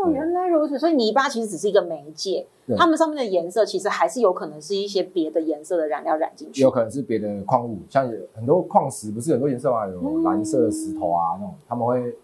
Speaker 2: 对
Speaker 1: 原来如此，所以泥巴其实只是一个媒介
Speaker 2: 对，
Speaker 1: 它们上面的颜色其实还是有可能是一些别的颜色的染料染进去
Speaker 2: 也有。可能是别的矿物，像有很多矿石不是很多颜色嘛，有
Speaker 1: 嗯
Speaker 2: 蓝色的石头啊那种，他们会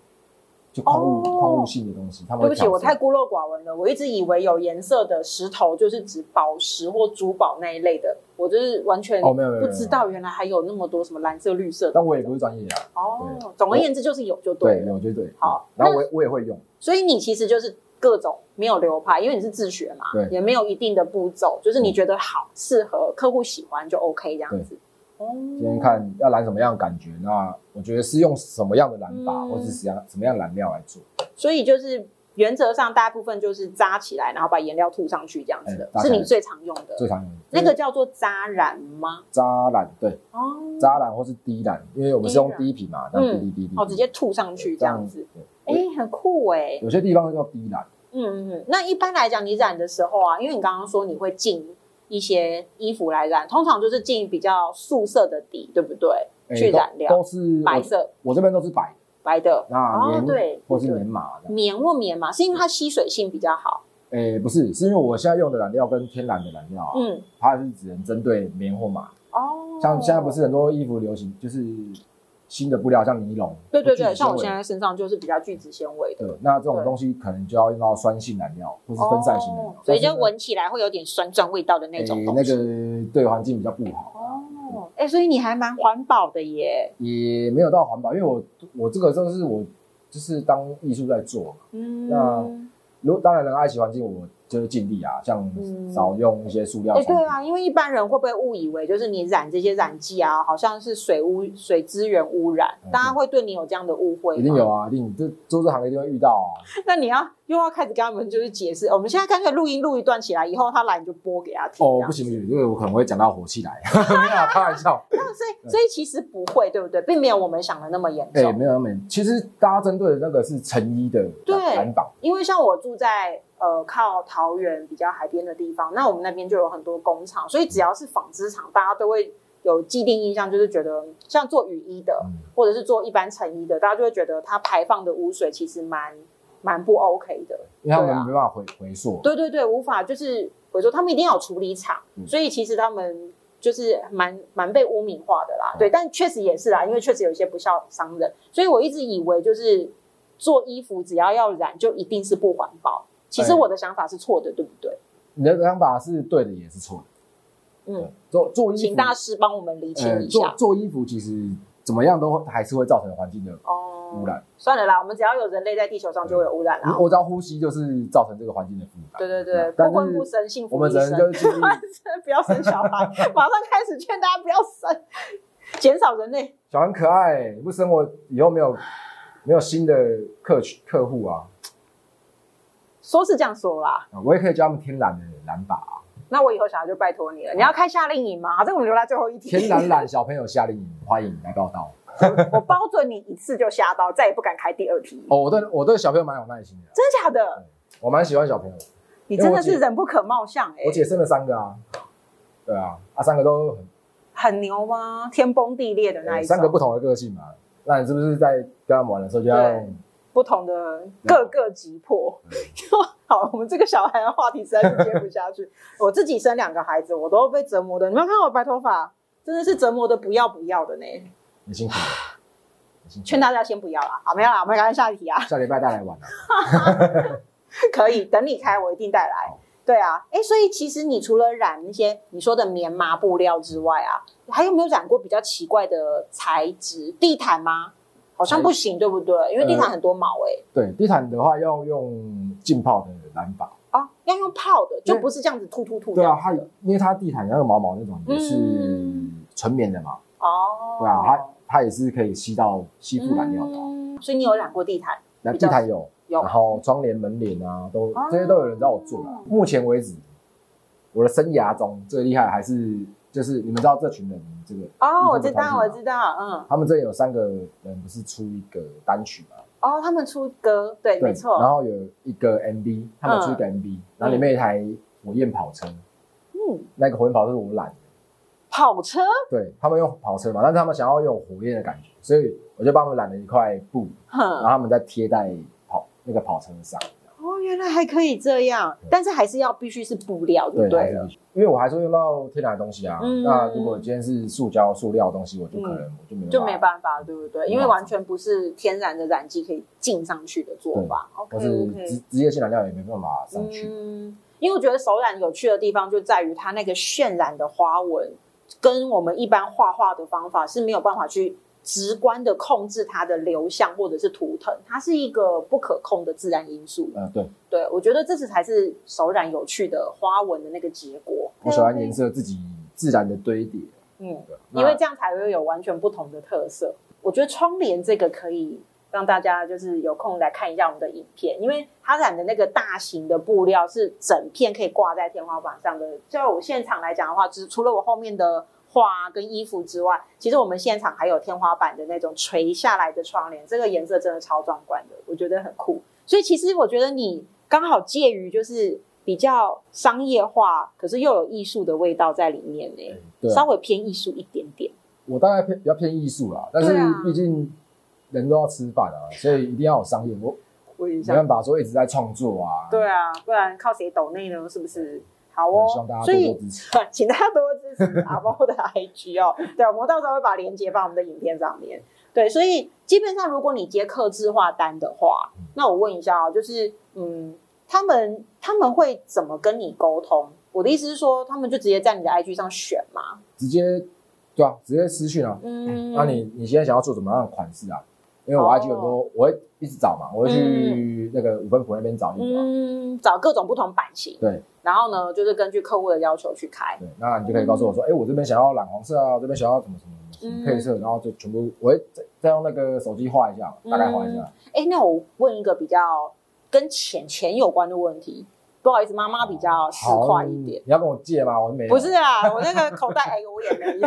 Speaker 2: 就矿物、
Speaker 1: 哦
Speaker 2: 矿物性的东西，他们
Speaker 1: 对
Speaker 2: 会
Speaker 1: 不起，
Speaker 2: 调
Speaker 1: 我太
Speaker 2: 色。
Speaker 1: 孤陋寡闻了。我一直以为有颜色的石头就是指宝石或珠宝那一类的，我就是完全
Speaker 2: 哦没有没有没有
Speaker 1: 不知道原来还有那么多什么蓝色、绿色的。
Speaker 2: 但我也不是专业啊，
Speaker 1: 哦，总而言之就是有就对
Speaker 2: 对，
Speaker 1: 了。
Speaker 2: 我觉得对。嗯
Speaker 1: 好
Speaker 2: 然后我也我也会用，
Speaker 1: 所以你其实就是各种没有流派，因为你是自学嘛
Speaker 2: 对，嗯
Speaker 1: 也没有一定的步骤，就是你觉得好、适合客户喜欢就 OK 这样子。哦，
Speaker 2: 今天看要染什么样的感觉，那我觉得是用什么样的染法，
Speaker 1: 嗯
Speaker 2: 或是什么样什么样的染料来做。
Speaker 1: 所以就是原则上大部分就是扎起来，然后把颜料涂上去这样子的
Speaker 2: 哎，扎起
Speaker 1: 是
Speaker 2: 来
Speaker 1: 你最常用
Speaker 2: 最
Speaker 1: 的。
Speaker 2: 常用的
Speaker 1: 那个叫做扎染吗？
Speaker 2: 扎染，对，
Speaker 1: 哦，
Speaker 2: 扎染或是滴染，因为我们是用
Speaker 1: 滴
Speaker 2: 滴品嘛，那滴滴滴滴，
Speaker 1: 哦，直接涂上去这样子，。
Speaker 2: 嗯对
Speaker 1: 哎，很酷哎。
Speaker 2: 有些地方叫滴染，
Speaker 1: 嗯嗯嗯。那一般来讲，你染的时候啊，因为你刚刚说你会进一些衣服来染，通常就是进比较素色的底，对不对？
Speaker 2: 哎
Speaker 1: 去
Speaker 2: 都
Speaker 1: 染料
Speaker 2: 都是
Speaker 1: 白
Speaker 2: 我
Speaker 1: 色、
Speaker 2: 我这边都是白，
Speaker 1: 白的，
Speaker 2: 那
Speaker 1: 哦
Speaker 2: 棉、
Speaker 1: 对
Speaker 2: 或是
Speaker 1: 对
Speaker 2: 棉麻的。
Speaker 1: 棉或棉嘛，是因为它吸水性比较好。
Speaker 2: 诶、不是，是因为我现在用的染料跟天然的染料啊，
Speaker 1: 嗯，
Speaker 2: 它是只能针对棉或麻。
Speaker 1: 哦，
Speaker 2: 像现在不是很多衣服流行，就是新的布料，像尼龙，
Speaker 1: 对对
Speaker 2: 聚
Speaker 1: 对，
Speaker 2: 酯
Speaker 1: 像我
Speaker 2: 纤维
Speaker 1: 现在身上就是比较聚酯纤维的，
Speaker 2: 对，呃那这种
Speaker 1: 对
Speaker 2: 东西可能就要用到酸性染料或是分散型染料，
Speaker 1: 哦所以就
Speaker 2: 但是呢
Speaker 1: 闻起来会有点酸酸味道的那种
Speaker 2: 诶
Speaker 1: 东
Speaker 2: 那
Speaker 1: 西。
Speaker 2: 个对环境比较不好，
Speaker 1: 哦，哎，所以你还蛮环保的耶。
Speaker 2: 也没有到环保，因为我我这个就是我就是当艺术在做嘛。
Speaker 1: 嗯
Speaker 2: 那，如果当然能爱惜环境，我就是尽力啊，像
Speaker 1: 嗯
Speaker 2: 少用一些塑料
Speaker 1: 哎，
Speaker 2: 产品。
Speaker 1: 对啊，因为一般人会不会误以为就是你染这些染剂啊，好像是水污水资源污染
Speaker 2: 嗯，
Speaker 1: 大家会对你有这样的误会？
Speaker 2: 一定有。啊，一定这做这行一定会遇到啊。
Speaker 1: 那你要又要开始跟他们就是解释，我们现在干脆录音录一段起来，以后他来你就播给他听。
Speaker 2: 哦
Speaker 1: 这，样
Speaker 2: 不行不行，因为我可能会讲到火气来， 没有啊，开玩 笑。
Speaker 1: 那所以所以其实不会，对不对？并没有我们想的那么严
Speaker 2: 哎、
Speaker 1: 重。
Speaker 2: 没有那么，其实大家针对的那个是成衣的
Speaker 1: 对
Speaker 2: 蓝绑，
Speaker 1: 因为像我住在呃靠桃园比较海边的地方，那我们那边就有很多工厂，所以只要是纺织厂，大家都会有既定印象，就是觉得像做雨衣的
Speaker 2: 嗯，
Speaker 1: 或者是做一般成衣的，大家就会觉得它排放的污水其实蛮蛮不 OK 的。
Speaker 2: 因为他
Speaker 1: 对
Speaker 2: 们
Speaker 1: 啊
Speaker 2: 没办法回回溯。
Speaker 1: 对对对，无法就是我说他们一定要有处理厂，
Speaker 2: 嗯
Speaker 1: 所以其实他们就是蛮蛮被污名化的啦。
Speaker 2: 嗯
Speaker 1: 对，但确实也是啦，因为确实有一些不孝商人，所以我一直以为就是做衣服只要要染就一定是不环保。其实
Speaker 2: 对
Speaker 1: 我的想法是错的，对不对？
Speaker 2: 你的想法是对的，也是错的。
Speaker 1: 嗯
Speaker 2: 对，做做衣
Speaker 1: 请
Speaker 2: 服，
Speaker 1: 大师帮我们厘清
Speaker 2: 呃，
Speaker 1: 一
Speaker 2: 做
Speaker 1: 下。
Speaker 2: 做衣服其实怎么样都还是会造成环境的
Speaker 1: 哦，
Speaker 2: 污染。
Speaker 1: 算了啦，我们只要有人类在地球上就会有污染啦
Speaker 2: 我。我只要呼吸就是造成这个环境的负担。
Speaker 1: 对对对，
Speaker 2: 但
Speaker 1: 不婚不
Speaker 2: 是
Speaker 1: 生，幸
Speaker 2: 我
Speaker 1: 福
Speaker 2: 们
Speaker 1: 一
Speaker 2: 只能
Speaker 1: 生。
Speaker 2: 就是尽力
Speaker 1: 不要生小孩，马上开始劝大家不要生，减少人类
Speaker 2: 小孩很可爱，不生我以后没有没有新的客群客户啊，
Speaker 1: 说是这样说啦，
Speaker 2: 啊我也可以教他们天然的染发啊，
Speaker 1: 那我以后小孩就拜托你了。你要开夏令营吗？这个我们留在最后一题。
Speaker 2: 嗯天然 染小朋友夏令营，欢迎来报道。
Speaker 1: 我包准你一次就吓到，再也不敢开第二题。
Speaker 2: 哦，嗯我对我对小朋友蛮有耐心的，
Speaker 1: 真的假的？
Speaker 2: 我蛮喜欢小朋友的。
Speaker 1: 你真的是人不可貌相哎、
Speaker 2: 我姐生了三个啊，对啊，啊三个都很
Speaker 1: 很牛吗？天崩地裂的那
Speaker 2: 哎
Speaker 1: 一种，
Speaker 2: 三个不同的个性嘛，那你是不是在跟他们玩的时候就要
Speaker 1: 对不同的各
Speaker 2: 嗯
Speaker 1: 个击破。 好，我们这个小孩的话题实在是接不下去。我自己生两个孩子，我都被折磨的。你们有看我白头发，真的是折磨的不要不要的呢。
Speaker 2: 你辛苦了，你辛苦
Speaker 1: 劝
Speaker 2: 了，
Speaker 1: 大家先不要啦，好，没有啦，我们赶快下一题啊。
Speaker 2: 下礼拜带来玩啊。
Speaker 1: 可以，等你开我一定带来
Speaker 2: 好。
Speaker 1: 对啊，哎，所以其实你除了染那些你说的棉麻布料之外啊，还有没有染过比较奇怪的材质？地毯吗？好像不行，对不对？因为
Speaker 2: 呃
Speaker 1: 地毯很多毛哎、
Speaker 2: 对，地毯的话要用浸泡的染法，
Speaker 1: 啊，要用泡的，就
Speaker 2: 对
Speaker 1: 不是这样子吐吐吐这
Speaker 2: 对啊
Speaker 1: 样，
Speaker 2: 它因为它地毯那个毛毛那种也是
Speaker 1: 嗯
Speaker 2: 纯棉的嘛，
Speaker 1: 哦，
Speaker 2: 对啊，它它也是可以吸到吸附染料的啊。
Speaker 1: 嗯所以你有染过地毯？
Speaker 2: 那
Speaker 1: 比
Speaker 2: 地
Speaker 1: 较
Speaker 2: 毯有，
Speaker 1: 有
Speaker 2: 然后窗帘、门帘啊，都
Speaker 1: 哦
Speaker 2: 这些都有人找我做了。目前为止，我的生涯中最厉害的还是就是你们知道这群人这个
Speaker 1: 哦，我知
Speaker 2: 这个团
Speaker 1: 道，
Speaker 2: 体
Speaker 1: 我
Speaker 2: 嘛
Speaker 1: 知道，嗯，
Speaker 2: 他们这里有三个人不是出一个单曲嘛？
Speaker 1: 哦，他们出歌，对，没
Speaker 2: 然
Speaker 1: 错，
Speaker 2: 后有一个 MV，他们有出一个 MV，、然后里面有一台火焰跑车，
Speaker 1: 嗯，
Speaker 2: 那个火焰跑车是我懒的，
Speaker 1: 跑车，
Speaker 2: 对他们用跑车嘛，但是他们想要有火焰的感觉，所以我就帮他们揽了一块布，然后
Speaker 1: 哼，
Speaker 2: 他们再贴在跑那个跑车上，
Speaker 1: 哦，原来还可以这样，
Speaker 2: 对
Speaker 1: 但是还是要必须是布料，对
Speaker 2: 对，
Speaker 1: 不对
Speaker 2: 还？是必须因为我还是会用到天然的东西啊。
Speaker 1: 嗯
Speaker 2: 那如果今天是塑胶、塑料的东西，我就可能、我就没有
Speaker 1: 就没
Speaker 2: 法，
Speaker 1: 办法，对不对？因为完全不是天然的染剂可以浸上去的做法。OK
Speaker 2: 或是
Speaker 1: 嗯 OK，
Speaker 2: 直直接性染料也没办法上去。
Speaker 1: 嗯，因为我觉得手染有趣的地方就在于它那个渲染的花纹，跟我们一般画画的方法是没有办法去直观的控制它的流向或者是图腾，它是一个不可控的自然因素。
Speaker 2: 嗯、对
Speaker 1: 对我觉得这次才是手染有趣的花纹的那个结果。
Speaker 2: 我喜欢颜色自己自然的堆叠。
Speaker 1: 嗯。
Speaker 2: 对那
Speaker 1: 因为这样才会有完全不同的特色。我觉得窗帘这个可以让大家就是有空来看一下我们的影片，因为它染的那个大型的布料是整片可以挂在天花板上的。就我现场来讲的话，只除了我后面的花跟衣服之外，其实我们现场还有天花板的那种垂下来的窗帘，这个颜色真的超壮观的，我觉得很酷。所以其实我觉得你刚好介于就是。比较商业化，可是又有艺术的味道在里面呢、
Speaker 2: 嗯对啊
Speaker 1: 稍微偏艺术一点点。
Speaker 2: 我大概偏比较偏艺术啦，但是
Speaker 1: 对啊
Speaker 2: 毕竟人都要吃饭啊，所以一定要有商业。我
Speaker 1: 我也
Speaker 2: 没
Speaker 1: 想，
Speaker 2: 办法说一直在创作啊，
Speaker 1: 对啊，不然靠谁抖内呢？是不是？好
Speaker 2: 嗯，希望
Speaker 1: 哦
Speaker 2: 大，家
Speaker 1: 所
Speaker 2: 多多
Speaker 1: 以
Speaker 2: 支持。
Speaker 1: 请大家多多支持阿猫的 IG 哦。对，我们到时候会把链接放我们的影片上面。对，所以基本上如果你接客制化单的话，
Speaker 2: 嗯
Speaker 1: 那我问一下哦，就是嗯，他们他们会怎么跟你沟通？我的意思是说，他们就直接在你的 IG 上选嘛。
Speaker 2: 啊直接对啊，直接私讯啊。
Speaker 1: 嗯，
Speaker 2: 那你你现在想要做怎么样的款式啊？因为我
Speaker 1: 哦
Speaker 2: IG 很多，我会一直找嘛，我会去那个五分埔那边找衣服啊。
Speaker 1: 嗯找各种不同版型，
Speaker 2: 对
Speaker 1: 然后呢，就是根据客户的要求去开。
Speaker 2: 对，那你就可以告诉我说，哎，我这边想要染黄色啊，我这边想要什么什么什
Speaker 1: 嗯
Speaker 2: 么配色，然后就全部我会再再用那个手机画一下，大概画一下。
Speaker 1: 哎，那我问一个比较跟钱钱有关的问题，不好意思，妈妈比较市
Speaker 2: 好，
Speaker 1: 侩一
Speaker 2: 你
Speaker 1: 点。
Speaker 2: 你要跟我借吗？我没有，
Speaker 1: 不是，啊，我那个口袋哎，我也没有，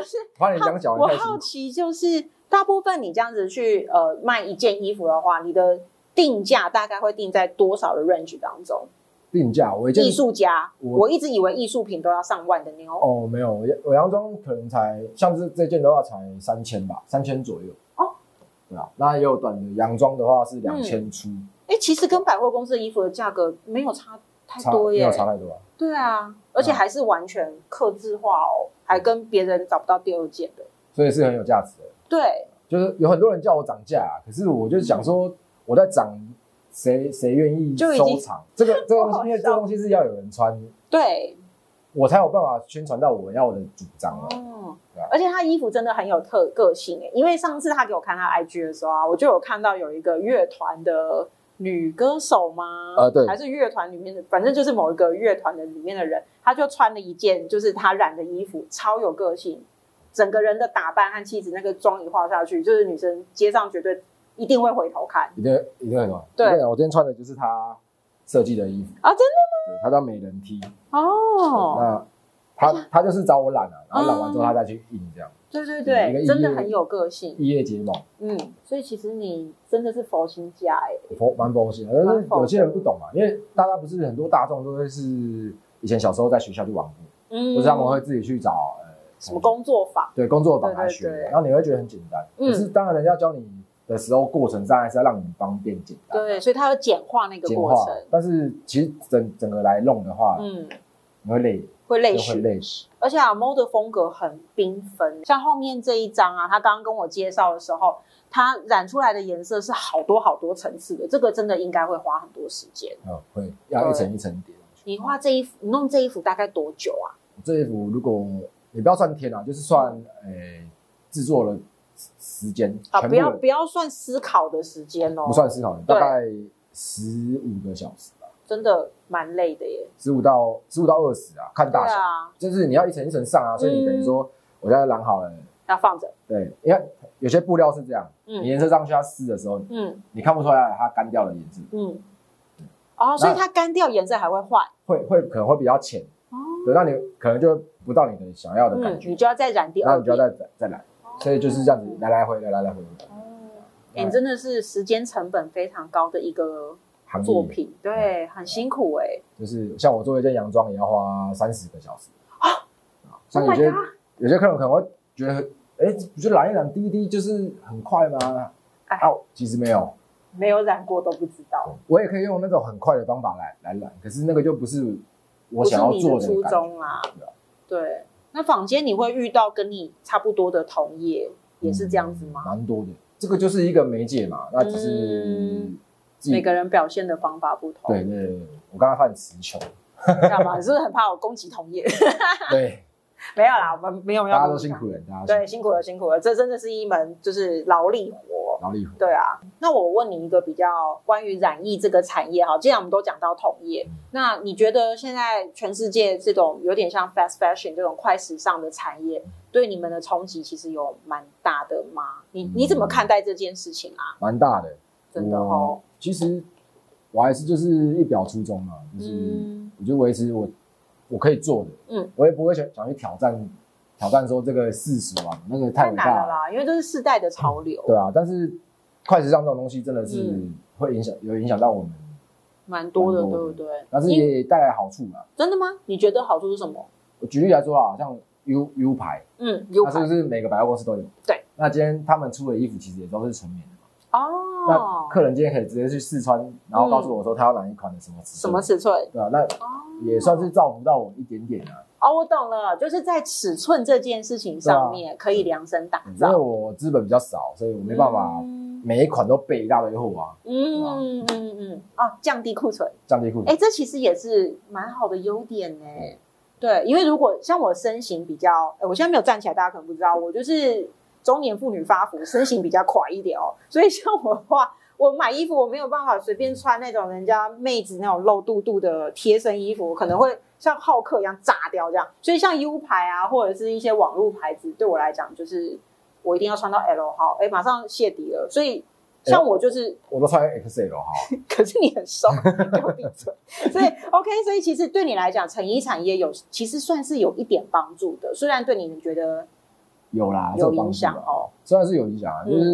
Speaker 1: 是
Speaker 2: 把你两脚
Speaker 1: 我
Speaker 2: 太辛
Speaker 1: 好
Speaker 2: 苦。
Speaker 1: 奇就是，大部分你这样子去呃卖一件衣服的话，你的定价大概会定在多少的 range 当中？
Speaker 2: 定价，我一件
Speaker 1: 艺术家，
Speaker 2: 我
Speaker 1: 我一直以为艺术品都要上万的妞。哦
Speaker 2: 哦，没有，我洋我洋装可能才像是这件的话才三千吧，三千左右。
Speaker 1: 哦，
Speaker 2: 对啊，那也有短的洋装的话是两千出，
Speaker 1: 哎，其实跟百货公司的衣服的价格没有差太
Speaker 2: 差
Speaker 1: 多
Speaker 2: 没有
Speaker 1: 耶，
Speaker 2: 差太多啊。
Speaker 1: 对啊，而且还是完全刻字化哦，还跟别人找不到第二件的，
Speaker 2: 所以是很有价值的。
Speaker 1: 对，
Speaker 2: 就是有很多人叫我涨价、啊，可是我就想说，我在涨，谁谁愿意
Speaker 1: 嗯就已经
Speaker 2: 收藏这个这个东
Speaker 1: 好好
Speaker 2: 西？因为这个
Speaker 1: 笑
Speaker 2: 东西是要有人穿，
Speaker 1: 对，
Speaker 2: 我才有办法宣传到我要的主张啊。
Speaker 1: 哦
Speaker 2: 对啊，
Speaker 1: 而且他衣服真的很有特个性诶，因为上次他给我看他 IG 的时候啊，我就有看到有一个乐团的女歌手吗？
Speaker 2: 呃对
Speaker 1: 还是乐团里面的，反正就是某一个乐团的里面的人，他就穿了一件就是他染的衣服，超有个性，整个人的打扮和气质，那个妆一化下去，就是女生街上绝对一定会回头看
Speaker 2: 一定一定很好。
Speaker 1: 对
Speaker 2: 我跟你讲我今天穿的就是他设计的衣服，
Speaker 1: 啊，真
Speaker 2: 对，他叫美人 T。
Speaker 1: 的哦，
Speaker 2: 那他他就是找我染啊，然后染完之后
Speaker 1: 嗯
Speaker 2: 他再去印这样，
Speaker 1: 对对
Speaker 2: 一个
Speaker 1: 对，
Speaker 2: 一
Speaker 1: 真的
Speaker 2: 夜
Speaker 1: 很有个性，
Speaker 2: 一夜睫毛，
Speaker 1: 嗯，所以其实你真的是佛心家欸诶，
Speaker 2: 佛蛮佛系的。但是有些人不懂嘛，因为大家不是很多大众都会是以前小时候在学校去玩过，
Speaker 1: 嗯，
Speaker 2: 或是他啊们会自己去找呃
Speaker 1: 什么工作坊。
Speaker 2: 对工作坊来学
Speaker 1: 对
Speaker 2: 的
Speaker 1: 对对，
Speaker 2: 然后你会觉得很简单，
Speaker 1: 嗯
Speaker 2: 可是当然人家教你的时候，过程上还是要让你方便简单，啊
Speaker 1: 对，所以它要简化那
Speaker 2: 嗯
Speaker 1: 个
Speaker 2: 简
Speaker 1: 过
Speaker 2: 化
Speaker 1: 程。，
Speaker 2: 但是其实整整个来弄的话，
Speaker 1: 嗯，
Speaker 2: 你会累，
Speaker 1: 会累
Speaker 2: 就会
Speaker 1: 死。
Speaker 2: 累死。
Speaker 1: 而且啊，MO 的风格很缤纷，像后面这一张啊，他刚刚跟我介绍的时候，它染出来的颜色是好多好多层次的，这个真的应该会花很多时间。
Speaker 2: 嗯，会要
Speaker 1: 对
Speaker 2: 一层一层叠上去。
Speaker 1: 你画这一幅，你弄这一幅大概多久啊？
Speaker 2: 这一幅如果你不要算天啊，就是算诶制作了时间，
Speaker 1: 啊，
Speaker 2: 全
Speaker 1: 不
Speaker 2: 部
Speaker 1: 要
Speaker 2: 的
Speaker 1: 不要算思考的时间哦
Speaker 2: 不，算思考，
Speaker 1: 对
Speaker 2: 大概十五个小时吧，
Speaker 1: 真的蛮累的耶。
Speaker 2: 十五到十五到二十啊，看
Speaker 1: 对
Speaker 2: 大小，
Speaker 1: 啊，嗯
Speaker 2: 就是你要一层一层上啊，所以你等于说我现在染好了，
Speaker 1: 要放着。
Speaker 2: 对，因为有些布料是这样，你
Speaker 1: 嗯
Speaker 2: 颜色上去它湿的时候，
Speaker 1: 嗯
Speaker 2: 你看不出来它干掉的颜色，
Speaker 1: 嗯。哦，所以它干掉颜色还会换
Speaker 2: 会会可能会比较浅，
Speaker 1: 哦。
Speaker 2: 对，那你可能就不到你的想要的感
Speaker 1: 嗯，
Speaker 2: 觉，
Speaker 1: 你就要再染第
Speaker 2: 那
Speaker 1: 二
Speaker 2: 你就要
Speaker 1: 遍。
Speaker 2: 再再再染，所以就是这样子来嗯来回来来来回回，
Speaker 1: 哦，哎，你真的是时间成本非常高的一个
Speaker 2: 行业
Speaker 1: 作品，对，很辛苦哎、
Speaker 2: 就是像我做一件洋装也要花三十个小时啊，像
Speaker 1: Oh
Speaker 2: 有
Speaker 1: my
Speaker 2: 些
Speaker 1: god！
Speaker 2: 有些客人可能会觉得，哎，不就染一染滴滴就是很快吗？
Speaker 1: 哎
Speaker 2: 啊，其实没有，
Speaker 1: 没有染过都不知道，
Speaker 2: 我也可以用那种很快的方法来来染，可是那个就不是我
Speaker 1: 不是
Speaker 2: 想要
Speaker 1: 你
Speaker 2: 做的
Speaker 1: 的初
Speaker 2: 感觉
Speaker 1: 衷啦、
Speaker 2: 对啊
Speaker 1: 对，那坊间你会遇到跟你差不多的同业，也是这样子吗？
Speaker 2: 蛮多的，这个就是一个媒介嘛，那只是
Speaker 1: 嗯
Speaker 2: 自己
Speaker 1: 每个人表现的方法不同，
Speaker 2: 对，对对，我刚才犯词穷，
Speaker 1: 干嘛？你是不是很怕我攻击同业？
Speaker 2: 对，
Speaker 1: 没有啦，我们没有要
Speaker 2: 大家都辛，苦了，大家
Speaker 1: 对，辛苦了，辛苦了，这真的是一门就是劳力活。
Speaker 2: 劳力活，
Speaker 1: 对啊，那我问你一个比较关于染疫这个产业哈，既然我们都讲到统业，
Speaker 2: 嗯
Speaker 1: 那你觉得现在全世界这种有点像 fast fashion 这种快时尚的产业，对你们的冲击其实有蛮大的吗？
Speaker 2: 嗯
Speaker 1: 你你怎么看待这件事情啊？
Speaker 2: 蛮大的。
Speaker 1: 真的
Speaker 2: 我
Speaker 1: 哦，
Speaker 2: 其实我还是就是一表初衷嘛，就是。
Speaker 1: 嗯，
Speaker 2: 我就维持我我可以做的，
Speaker 1: 嗯，
Speaker 2: 我也不会想想去挑战挑战说这个世俗啊，那个太
Speaker 1: 太
Speaker 2: 伟
Speaker 1: 难
Speaker 2: 大
Speaker 1: 了，啦，因为这是世代的潮流，
Speaker 2: 对啊。但是快时尚这种东西真的是
Speaker 1: 嗯
Speaker 2: 会影响，有影响到我们，
Speaker 1: 蛮多的，
Speaker 2: 蛮
Speaker 1: 对
Speaker 2: 多
Speaker 1: 不
Speaker 2: 的
Speaker 1: 对？
Speaker 2: 但是
Speaker 1: 因
Speaker 2: 也带来好处嘛。
Speaker 1: 真的吗？你觉得好处是什么？
Speaker 2: 我举例来说啊，像 U U 牌，
Speaker 1: 嗯，有
Speaker 2: 它是不是每个百货公司都有？
Speaker 1: 对。
Speaker 2: 那今天他们出的衣服其实也都是纯棉的嘛。那
Speaker 1: 哦，
Speaker 2: 客人今天可以直接去试穿，然后告诉我说他要哪一款的什么尺寸，
Speaker 1: 嗯什么尺寸？
Speaker 2: 对啊，那
Speaker 1: 哦，
Speaker 2: 也算是造福到我一点点啊。
Speaker 1: 哦，我懂了，就是在尺寸这件事情上面可以量身打
Speaker 2: 因为
Speaker 1: 造，
Speaker 2: 我资本比较少，所以我没办法
Speaker 1: 嗯
Speaker 2: 每一款都备一大堆货啊，
Speaker 1: 嗯嗯嗯嗯，哦，降低库存，
Speaker 2: 降低库存。
Speaker 1: 哎，这其实也是蛮好的优点呢。对，因为如果像我身形比较，哎我现在没有站起来，大家可能不知道，我就是中年妇女发福，身形比较垮一点哦。所以像我的话，我买衣服我没有办法随便穿那种人家妹子那种露肚肚的贴身衣服，我可能会像浩克一样炸掉这样。所以像 U 牌啊，或者是一些网络牌子，对我来讲就是我一定要穿到 L 号，哎，马上泄底了。所以像我就是
Speaker 2: 我都穿 XL 哈，
Speaker 1: 可是你很瘦，你给我闭嘴。所以 OK，所以其实对你来讲，成衣产业有其实算是有一点帮助的，虽然对你觉得
Speaker 2: 有啦，啊这
Speaker 1: 有
Speaker 2: 帮助
Speaker 1: 影响
Speaker 2: 啦
Speaker 1: 哦。
Speaker 2: 虽然是有影响啊，
Speaker 1: 嗯
Speaker 2: 就是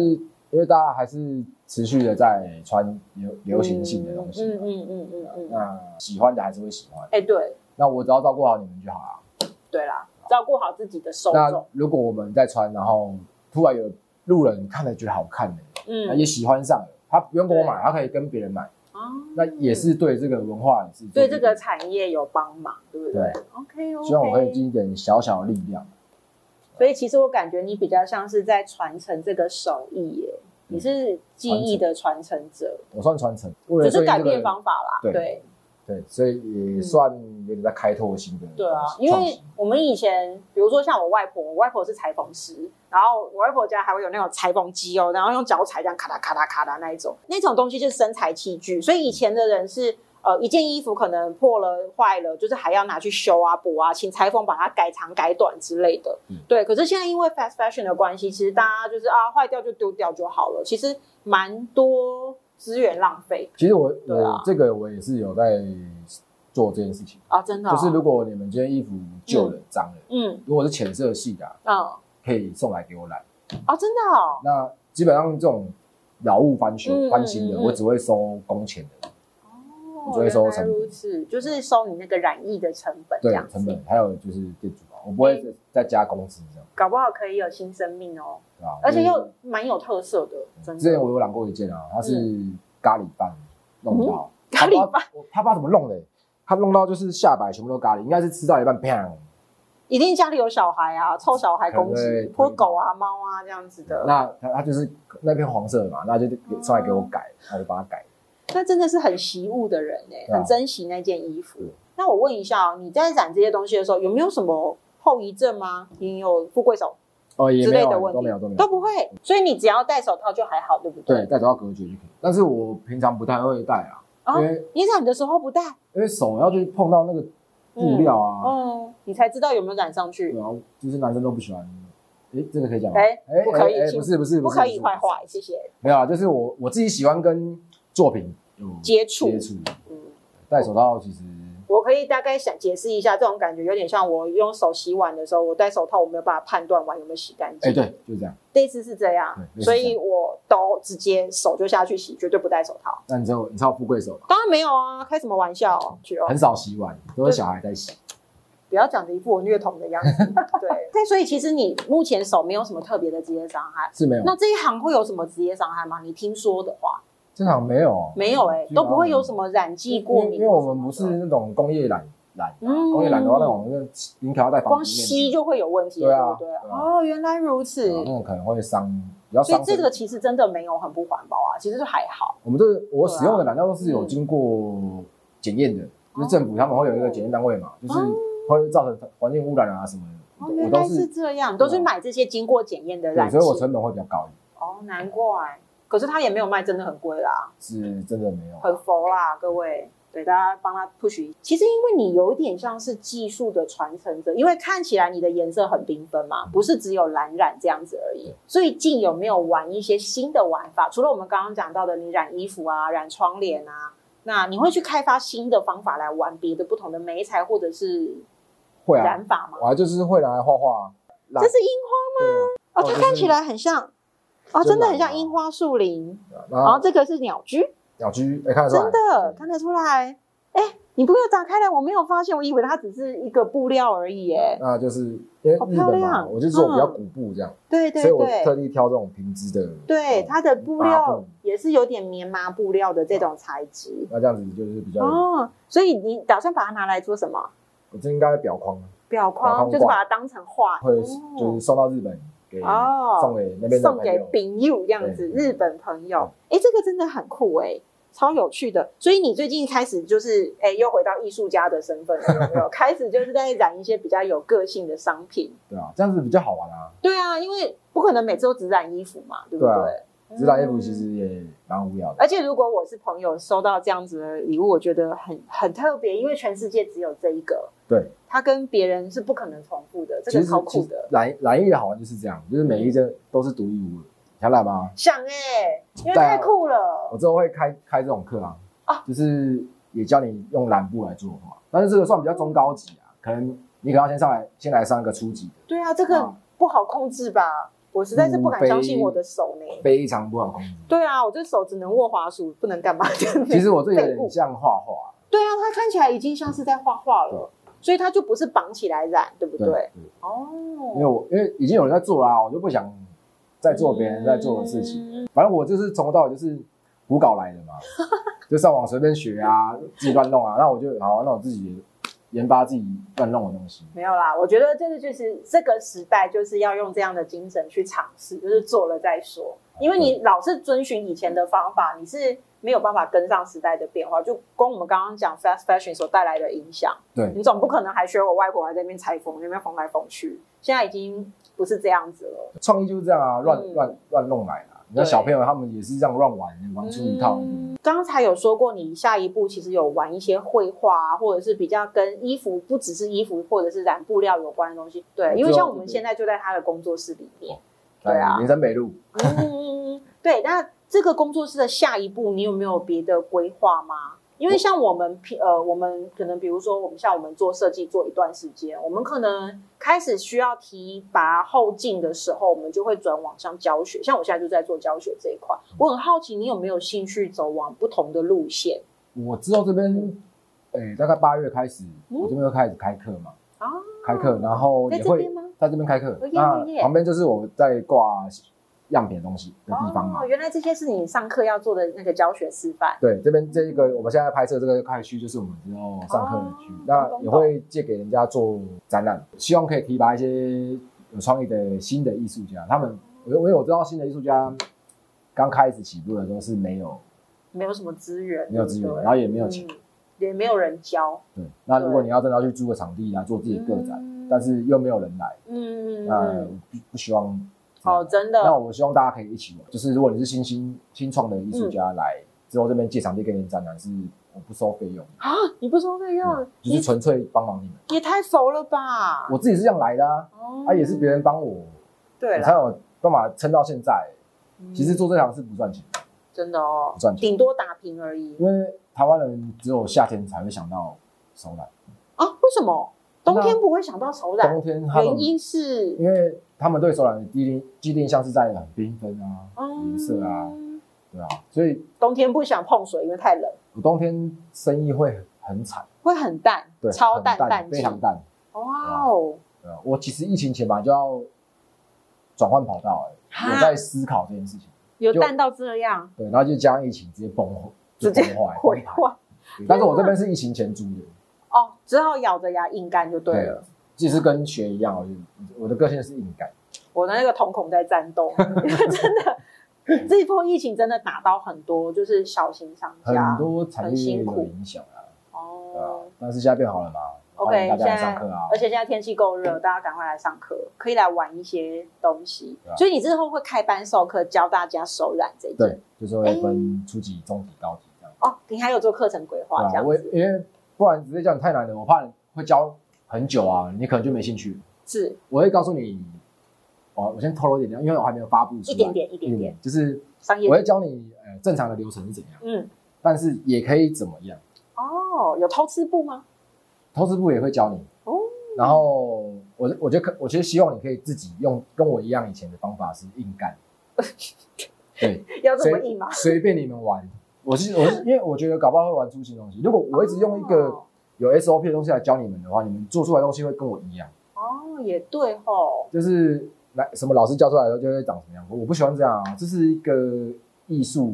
Speaker 2: 因为大家还是持续的在穿流流行性的东西
Speaker 1: 嗯
Speaker 2: 嘛，
Speaker 1: 嗯嗯嗯嗯嗯。
Speaker 2: 那喜欢的还是会喜欢。
Speaker 1: 哎、对
Speaker 2: 那我只要照顾好你们就好啦。
Speaker 1: 对啦，照顾好自己的受
Speaker 2: 那
Speaker 1: 众，
Speaker 2: 如果我们在穿，然后突然有路人看了觉得好看的，那
Speaker 1: 嗯
Speaker 2: 也喜欢上了，他不用跟我
Speaker 1: 对
Speaker 2: 买，他可以跟别人买，那也是对这个文化也是
Speaker 1: 对啊这个产业有帮忙，对不对
Speaker 2: 对，
Speaker 1: ？OK
Speaker 2: 希望我可以
Speaker 1: OK。
Speaker 2: 尽一点小小的力量。
Speaker 1: 所以其实我感觉你比较像是在传承这个手艺耶，
Speaker 2: 嗯
Speaker 1: 你是技艺的传承者，
Speaker 2: 我算传承，为了
Speaker 1: 只是
Speaker 2: 顺应
Speaker 1: 改
Speaker 2: 这个
Speaker 1: 变方法啦。
Speaker 2: 对
Speaker 1: 对
Speaker 2: 对，所以也算有点在开拓新的
Speaker 1: 嗯对啊，因
Speaker 2: 创
Speaker 1: 为
Speaker 2: 新
Speaker 1: 我们以前，比如说像我外婆，我外婆是裁缝师，然后我外婆家还会有那种裁缝机哦，然后用脚踩这样咔哒咔哒咔哒那一种，那种东西就是身材器具，所以以前的人是。呃，一件衣服可能破了、坏了，就是还要拿去修啊、补啊，请裁缝把它改长、改短之类的。
Speaker 2: 嗯
Speaker 1: 对，可是现在因为 fast fashion 的关系，其实大家就是啊，坏掉就丢掉就好了。其实蛮多资源浪费
Speaker 2: 其实我
Speaker 1: 对啊
Speaker 2: 我这个我也是有在做这件事情，
Speaker 1: 啊，真的哦、
Speaker 2: 就是如果你们今天衣服旧了、脏了，
Speaker 1: 嗯
Speaker 2: 如果是浅色系的啊，
Speaker 1: 嗯
Speaker 2: 可以送来给我染。
Speaker 1: 哦，真的哦，
Speaker 2: 那基本上这种劳务翻
Speaker 1: 嗯
Speaker 2: 修翻新的，
Speaker 1: 嗯嗯
Speaker 2: 我只会收工钱的，
Speaker 1: 哦，
Speaker 2: 我就会收
Speaker 1: 原来
Speaker 2: 成本
Speaker 1: 如此，就是收你那个染疫的成本，这
Speaker 2: 对
Speaker 1: 样子
Speaker 2: 成本，还有就是店主吧，啊我不会再加工资这样，
Speaker 1: 搞不好可以有新生命哦，
Speaker 2: 对吧？
Speaker 1: 而
Speaker 2: 就
Speaker 1: 且
Speaker 2: 是
Speaker 1: 又蛮有特色的，真
Speaker 2: 之前
Speaker 1: 的。
Speaker 2: 嗯我有染过一件啊，它是
Speaker 1: 嗯
Speaker 2: 咖喱饭弄到
Speaker 1: 咖喱饭
Speaker 2: 他不知道，他不知道怎么弄的，他弄到就是下摆全部都咖喱，应该是吃到一半砰。
Speaker 1: 一定家里有小孩啊，臭小孩攻击
Speaker 2: 可能会，
Speaker 1: 泼狗啊、猫啊这样子的，那
Speaker 2: 那他他就是那片黄色的嘛，那就给上来给我改，那我就帮他改。
Speaker 1: 真的是很惜物的人哎、
Speaker 2: 对啊
Speaker 1: 很珍惜那件衣服
Speaker 2: 是。
Speaker 1: 那我问一下、哦，你在染这些东西的时候，有没有什么后遗症吗？你有富贵手
Speaker 2: 哦，也
Speaker 1: 之
Speaker 2: 没
Speaker 1: 类
Speaker 2: 有
Speaker 1: 的问
Speaker 2: 都
Speaker 1: 题
Speaker 2: 没有都没有
Speaker 1: 都不会，所以你只要戴手套就还好，对不
Speaker 2: 对，？戴手套隔绝就可以。但是我平常不太会戴啊，
Speaker 1: 啊
Speaker 2: 因为
Speaker 1: 你染的时候不戴，
Speaker 2: 因为手要去碰到那个布料啊，
Speaker 1: 嗯，你才知道有没有染上去。
Speaker 2: 然后就是男生都不喜欢。诶，这个可以讲吗？
Speaker 1: 哎不可以
Speaker 2: 哎哎
Speaker 1: 请
Speaker 2: 不是不是
Speaker 1: 不可以
Speaker 2: 是
Speaker 1: 坏坏，谢谢。
Speaker 2: 没有啊，就是我我自己喜欢跟作品有
Speaker 1: 接触
Speaker 2: 接触，
Speaker 1: 嗯，
Speaker 2: 戴手套其实
Speaker 1: 我可以大概想解释一下，这种感觉有点像我用手洗碗的时候，我戴手套，我没有办法判断碗有没有洗干
Speaker 2: 哎
Speaker 1: 净。
Speaker 2: 对，就是这样。
Speaker 1: 类似是这样
Speaker 2: 对类，似
Speaker 1: 所以我都直接手就下去洗，绝对不戴手套。
Speaker 2: 那你知道你知道富贵手吗？
Speaker 1: 当然没有啊，开什么玩笑、去哦
Speaker 2: 很，少洗碗，都是小孩在洗。
Speaker 1: 不要讲的一副我虐童的样 子。对，但所以其实你目前手没有什么特别的职业伤害。
Speaker 2: 是没有，
Speaker 1: 那这一行会有什么职业伤害吗？你听说的话，
Speaker 2: 正常没有，
Speaker 1: 没有哎、
Speaker 2: 基本上
Speaker 1: 都不会有什么染剂过敏
Speaker 2: 因为因为我们不是那种工业染染啊，
Speaker 1: 嗯
Speaker 2: 工业染的话，那种那林肯要戴防
Speaker 1: 光
Speaker 2: 毒面具
Speaker 1: 吸就会有问题了，
Speaker 2: 对啊
Speaker 1: 对不对？
Speaker 2: 对啊
Speaker 1: 哦，原来如此。
Speaker 2: 对啊那种可能会伤，比较
Speaker 1: 所以
Speaker 2: 伤身
Speaker 1: 这个其实真的没有很不环保啊，其实就还好。
Speaker 2: 我们这个
Speaker 1: 啊
Speaker 2: 我使用的染料都是
Speaker 1: 嗯
Speaker 2: 有经过检验的，就是政府他们会
Speaker 1: 哦
Speaker 2: 有一个检验单位嘛，就是会造成环境污染啊什么的，
Speaker 1: 哦，
Speaker 2: 我
Speaker 1: 原
Speaker 2: 都
Speaker 1: 来是这样，
Speaker 2: 对
Speaker 1: 都
Speaker 2: 啊
Speaker 1: 是买这些经过检验的
Speaker 2: 对，
Speaker 1: 染剂
Speaker 2: 所以。我成本会比较高，
Speaker 1: 哦，难怪。可是它也没有卖，真的很贵啦，
Speaker 2: 是真的没有。
Speaker 1: 很佛啦，各位。对，大家帮他 push 一下。其实因为你有点像是技术的传承者，因为看起来你的颜色很缤纷嘛，不是只有蓝染这样子而已。最近有没有玩一些新的玩法？除了我们刚刚讲到的，你染衣服啊、染窗帘啊，那你会去开发新的方法来玩别的不同的媒材或者是
Speaker 2: 会啊，
Speaker 1: 染法吗？
Speaker 2: 我还就是会拿来画画，
Speaker 1: 这是樱
Speaker 2: 对啊
Speaker 1: 花哦，
Speaker 2: 哦这
Speaker 1: 它看
Speaker 2: 是
Speaker 1: 起来很像哦，
Speaker 2: 真
Speaker 1: 真的
Speaker 2: 的
Speaker 1: 很像
Speaker 2: 吗
Speaker 1: 樱花树林。
Speaker 2: 对啊，
Speaker 1: 然
Speaker 2: 然
Speaker 1: 后
Speaker 2: 后
Speaker 1: 这个是鸟居，
Speaker 2: 鸟居，哎，看得出来，
Speaker 1: 真的看得出来。哎，你不要打开来，我没有发现，我以为它只是一个布料而已。哎，
Speaker 2: 那就是因为
Speaker 1: 好
Speaker 2: 日
Speaker 1: 漂
Speaker 2: 本嘛，
Speaker 1: 亮
Speaker 2: 我就说我比较
Speaker 1: 嗯
Speaker 2: 古布这样，
Speaker 1: 对对
Speaker 2: 所以我特
Speaker 1: 对，
Speaker 2: 地挑这种平直的，哦
Speaker 1: 对它的布
Speaker 2: 麻
Speaker 1: 料
Speaker 2: 布哦
Speaker 1: 也是有点棉麻布料的这种材质。
Speaker 2: 那这样子就是比较，
Speaker 1: 哦，所以你打算把它拿来做什么？
Speaker 2: 我这应该表框
Speaker 1: 表
Speaker 2: 表
Speaker 1: 框
Speaker 2: 框
Speaker 1: 就是
Speaker 2: 挂
Speaker 1: 把它当成画，
Speaker 2: 会
Speaker 1: 哦
Speaker 2: 就是送到日本给
Speaker 1: 哦
Speaker 2: 送给那边的
Speaker 1: 送
Speaker 2: 朋
Speaker 1: 给
Speaker 2: 友，
Speaker 1: 丙友这样子，
Speaker 2: 对
Speaker 1: 日本朋友。哎、这个真的很酷哎、超有趣的。所以你最近开始就是哎、诶又回到艺术家的身份了，有 没有？开始就是在染一些比较有个性的商品。
Speaker 2: 对啊，这样子比较好玩啊。
Speaker 1: 对啊，因为不可能每次都只染衣服嘛，对不
Speaker 2: 对啊
Speaker 1: 对？
Speaker 2: 只染衣服
Speaker 1: 嗯
Speaker 2: 其实也蛮无聊的，
Speaker 1: 而且如果我是朋友收到这样子的礼物，我觉得很很特别，因为全世界只有这一个。
Speaker 2: 对，
Speaker 1: 它跟别人是不可能重复的，这
Speaker 2: 其
Speaker 1: 个
Speaker 2: 实
Speaker 1: 超酷
Speaker 2: 其实
Speaker 1: 的。嗯
Speaker 2: 染染艺的好玩就是这样，就是每一件都是独一无二的，想染吗？
Speaker 1: 想哎、因为
Speaker 2: 对啊
Speaker 1: 太酷了。
Speaker 2: 我之后会开开这种课啊，
Speaker 1: 啊
Speaker 2: 就是也教你用染布来作画，但是这个算比较中高级啊，可能你可能要先上来先来上一个初级的，
Speaker 1: 对啊，这个
Speaker 2: 啊
Speaker 1: 不好控制吧？我实在是不敢相信我的手呢。
Speaker 2: 非常不好控制。
Speaker 1: 对啊，我这手只能握滑鼠，不能干嘛。
Speaker 2: 其实我这有
Speaker 1: 废物
Speaker 2: 点像画画，
Speaker 1: 对啊，它看起来已经像是在画画了，所以它就不是绑起来染，对不对？
Speaker 2: 对，对因为
Speaker 1: 哦，
Speaker 2: 我因为已经有人在做啊啦，我就不想再做别人在做的事情。
Speaker 1: 情。
Speaker 2: 反正我就是从头到尾就是胡搞来的嘛，就上网随便学啊，自己乱弄啊。那我就好，那我自己研发自己乱弄的东西。
Speaker 1: 没有啦，我觉得这个就是这个时代就是要用这样的精神去尝试，就是做了再说。因为你老是遵循以前的方法，你是没有办法跟上时代的变化。就光我们刚刚讲 fast fashion 所带来的影响，
Speaker 2: 对
Speaker 1: 你总不可能还学我外国还在那边裁缝，那边缝来缝去，现在已经不是这样子了。
Speaker 2: 创意就是这样啊，乱、
Speaker 1: 嗯
Speaker 2: 乱乱弄来的啊。你看
Speaker 1: 对
Speaker 2: 小朋友他们也是这样乱玩，玩出一套。
Speaker 1: 嗯刚才有说过，你下一步其实有玩一些绘画、啊，或者是比较跟衣服，不只是衣服或者是染布料有关的东西。对，
Speaker 2: 我
Speaker 1: 因为
Speaker 2: 知道
Speaker 1: 像
Speaker 2: 这
Speaker 1: 我们
Speaker 2: 个
Speaker 1: 现在就在他的工作室里面。
Speaker 2: 来
Speaker 1: 对啊
Speaker 2: 林森北路，
Speaker 1: 嗯，对。那这个工作室的下一步，你有没有别的规划吗？因为像我们平呃，我们可能比如说，我们像我们做设计做一段时间，我们可能开始需要提拔后进的时候，我们就会转往上教学。像我现在就在做教学这一块，我很好奇，你有没有兴趣走往不同的路线
Speaker 2: 我知道这边，诶、大概八月开始，我这边会开始开课嘛，
Speaker 1: 啊？
Speaker 2: 开课，然后
Speaker 1: 嗯在
Speaker 2: 也
Speaker 1: 这
Speaker 2: 会
Speaker 1: 边吗？
Speaker 2: 在这边开课
Speaker 1: 哦耶。
Speaker 2: 那
Speaker 1: 耶耶
Speaker 2: 旁边就是我在挂样品的东西的地方嘛
Speaker 1: 哦，。原来这些是你上课要做的那个教学示范。
Speaker 2: 对，这边这一个我们现在拍摄这个快区，就是我们之后上课的区，
Speaker 1: 哦
Speaker 2: 那
Speaker 1: 懂
Speaker 2: 也
Speaker 1: 懂
Speaker 2: 会借给人家做展览，希望可以提拔一些有创意的新的艺术家。他们，我因为我知道新的艺术家刚开始起步的时候是没有
Speaker 1: 没有什么资源，
Speaker 2: 没有资源，
Speaker 1: 对不对
Speaker 2: 然后也没有钱。
Speaker 1: 嗯也没有人教。
Speaker 2: 对，那如果你要真的要去租个场地来做自己的个展，
Speaker 1: 嗯
Speaker 2: 但是又没有人来，
Speaker 1: 嗯嗯
Speaker 2: 那我
Speaker 1: 嗯，
Speaker 2: 不不希望。
Speaker 1: 哦，真
Speaker 2: 那
Speaker 1: 的，
Speaker 2: 我希望大家可以一起玩，就是如果你是新兴新创的艺术
Speaker 1: 嗯
Speaker 2: 家来之后，这边借场地给你展览是我不收费用的，
Speaker 1: 啊，你不收费用，
Speaker 2: 嗯就是纯粹帮忙你们。
Speaker 1: 也太佛了吧？
Speaker 2: 我自己是这样来的啊，
Speaker 1: 哦
Speaker 2: 啊也是别人帮我，
Speaker 1: 对
Speaker 2: 我才
Speaker 1: 了，
Speaker 2: 有办法撑到现在。
Speaker 1: 嗯
Speaker 2: 其实做这行是不赚钱的，
Speaker 1: 真的哦
Speaker 2: 不，赚钱嗯
Speaker 1: 顶多打平而已
Speaker 2: 因为台湾人只有夏天才会想到手染，
Speaker 1: 啊？为什么冬天不会想到手染
Speaker 2: 冬？天他嗯
Speaker 1: 原
Speaker 2: 们
Speaker 1: 因是
Speaker 2: 因为他们对手染的既定既定印象是在很缤纷啊，
Speaker 1: 嗯
Speaker 2: 颜色啊，对啊，所以
Speaker 1: 冬天不想碰水，因为太冷，
Speaker 2: 我冬天生意会很惨，
Speaker 1: 会很淡
Speaker 2: 对，，
Speaker 1: 超
Speaker 2: 很
Speaker 1: 淡
Speaker 2: 淡，非
Speaker 1: 季。
Speaker 2: 常淡。
Speaker 1: 哇哦，
Speaker 2: 对啊，我其实疫情前吧就要转换跑道、欸，
Speaker 1: 哈
Speaker 2: 我在思考这件事情。
Speaker 1: 有
Speaker 2: 就
Speaker 1: 淡到这样，
Speaker 2: 对，然后就加上疫情直接崩坏，
Speaker 1: 直
Speaker 2: 就
Speaker 1: 接
Speaker 2: 崩坏，
Speaker 1: 毁
Speaker 2: 崩盘
Speaker 1: 坏
Speaker 2: 对但是我这边是疫情前租的，
Speaker 1: 哦，只好咬着牙硬干就对了。
Speaker 2: 了，其实跟学一样，我就我的个性是硬干，
Speaker 1: 我的那个瞳孔在 颤动，真的。这一波疫情真的打到很多，就是小型商
Speaker 2: 很
Speaker 1: 家
Speaker 2: 多产
Speaker 1: 很
Speaker 2: 业
Speaker 1: 辛苦
Speaker 2: 有影响啊，对啊
Speaker 1: 哦。。
Speaker 2: 但是现在变好了嘛，欢
Speaker 1: OK，
Speaker 2: 迎大
Speaker 1: 现
Speaker 2: 家来
Speaker 1: 在
Speaker 2: 上课啊
Speaker 1: 而。且现在天气够热，大家赶快来上课，可以来玩一些东西。
Speaker 2: 对啊
Speaker 1: 所以你之后会开班授课，教大家手染这一件。
Speaker 2: 对，就是
Speaker 1: 哎
Speaker 2: 会分初级、中级、高级这样。
Speaker 1: 哦，你还有做课程规划这
Speaker 2: 对啊，
Speaker 1: 样
Speaker 2: 我
Speaker 1: 子？
Speaker 2: 因为不然直接叫你太难了，我怕会教很久啊，你可能就没兴趣。
Speaker 1: 是
Speaker 2: 我会告诉你，哦，我先透露一点点，因为我还没有发布出来
Speaker 1: 一点点一点点，
Speaker 2: 嗯就是
Speaker 1: 商业
Speaker 2: 我。会教你呃正常的流程是怎样，
Speaker 1: 嗯，
Speaker 2: 但是也可以怎么样，
Speaker 1: 哦，有偷吃布吗？
Speaker 2: 投资部也会教你
Speaker 1: 哦。
Speaker 2: 然后我我觉得可，我其实希望你可以自己用跟我一样以前的方法是硬干，对，
Speaker 1: 要这么
Speaker 2: 随
Speaker 1: 硬吗？
Speaker 2: 随便你们玩。我是我是因为我觉得搞不好会玩出新东西。如果我一直用一个
Speaker 1: 哦
Speaker 2: 有 SOP 的东西来教你们的话，你们做出来的东西会跟我一样。
Speaker 1: 哦，也对吼。
Speaker 2: 啊就是来什么老师教出来的就会长什么样。我不喜欢这样啊，这是一个艺术，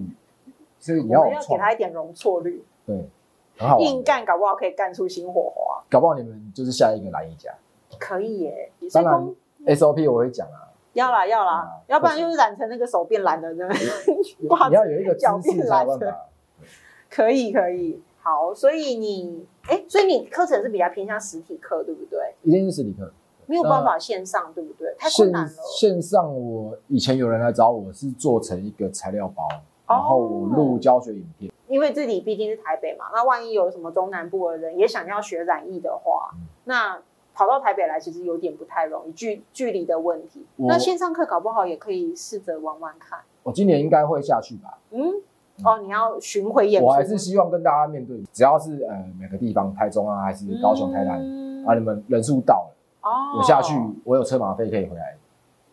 Speaker 2: 所以你
Speaker 1: 我
Speaker 2: 要
Speaker 1: 们
Speaker 2: 有
Speaker 1: 要给
Speaker 2: 创
Speaker 1: 他一点容错率，
Speaker 2: 对，很好玩的
Speaker 1: 硬，干搞不好可以干出新火花。
Speaker 2: 搞不好你们就是下一个来一家
Speaker 1: 可以耶，
Speaker 2: 当
Speaker 1: 所以
Speaker 2: 然
Speaker 1: 公
Speaker 2: SOP 我会讲啊，
Speaker 1: 要啦要
Speaker 2: 对
Speaker 1: 啦
Speaker 2: 啊，
Speaker 1: 要不然又染成那个手变蓝的呢。
Speaker 2: 你
Speaker 1: 哇
Speaker 2: 你要有一个姿
Speaker 1: 狡辩
Speaker 2: 势才有
Speaker 1: 来
Speaker 2: 办
Speaker 1: 着
Speaker 2: 法。
Speaker 1: 可以可以，好，所以你哎，所以你课程是比较偏向实体课，对不对？
Speaker 2: 一定是实体课，
Speaker 1: 没有办法线上，对不对？太困
Speaker 2: 线
Speaker 1: 难了。
Speaker 2: 线上我以前有人来找我是做成一个材料
Speaker 1: 哦
Speaker 2: 包，然后我录教学影片，
Speaker 1: 因为这里毕竟是台北嘛，那万一有什么中南部的人也想要学染艺的话，
Speaker 2: 嗯
Speaker 1: 那跑到台北来其实有点不太容易，距距离的问题。
Speaker 2: 我
Speaker 1: 那线上课搞不好也可以试着玩玩看。
Speaker 2: 我今年应该会下去吧。
Speaker 1: 嗯，哦，你要巡回演出，
Speaker 2: 我还是希望跟大家面对，只要是呃每个地方，台中啊还是高雄、台南
Speaker 1: 嗯
Speaker 2: 啊，你们人数到了。
Speaker 1: 哦，
Speaker 2: 我下去，我有车马费可以回来。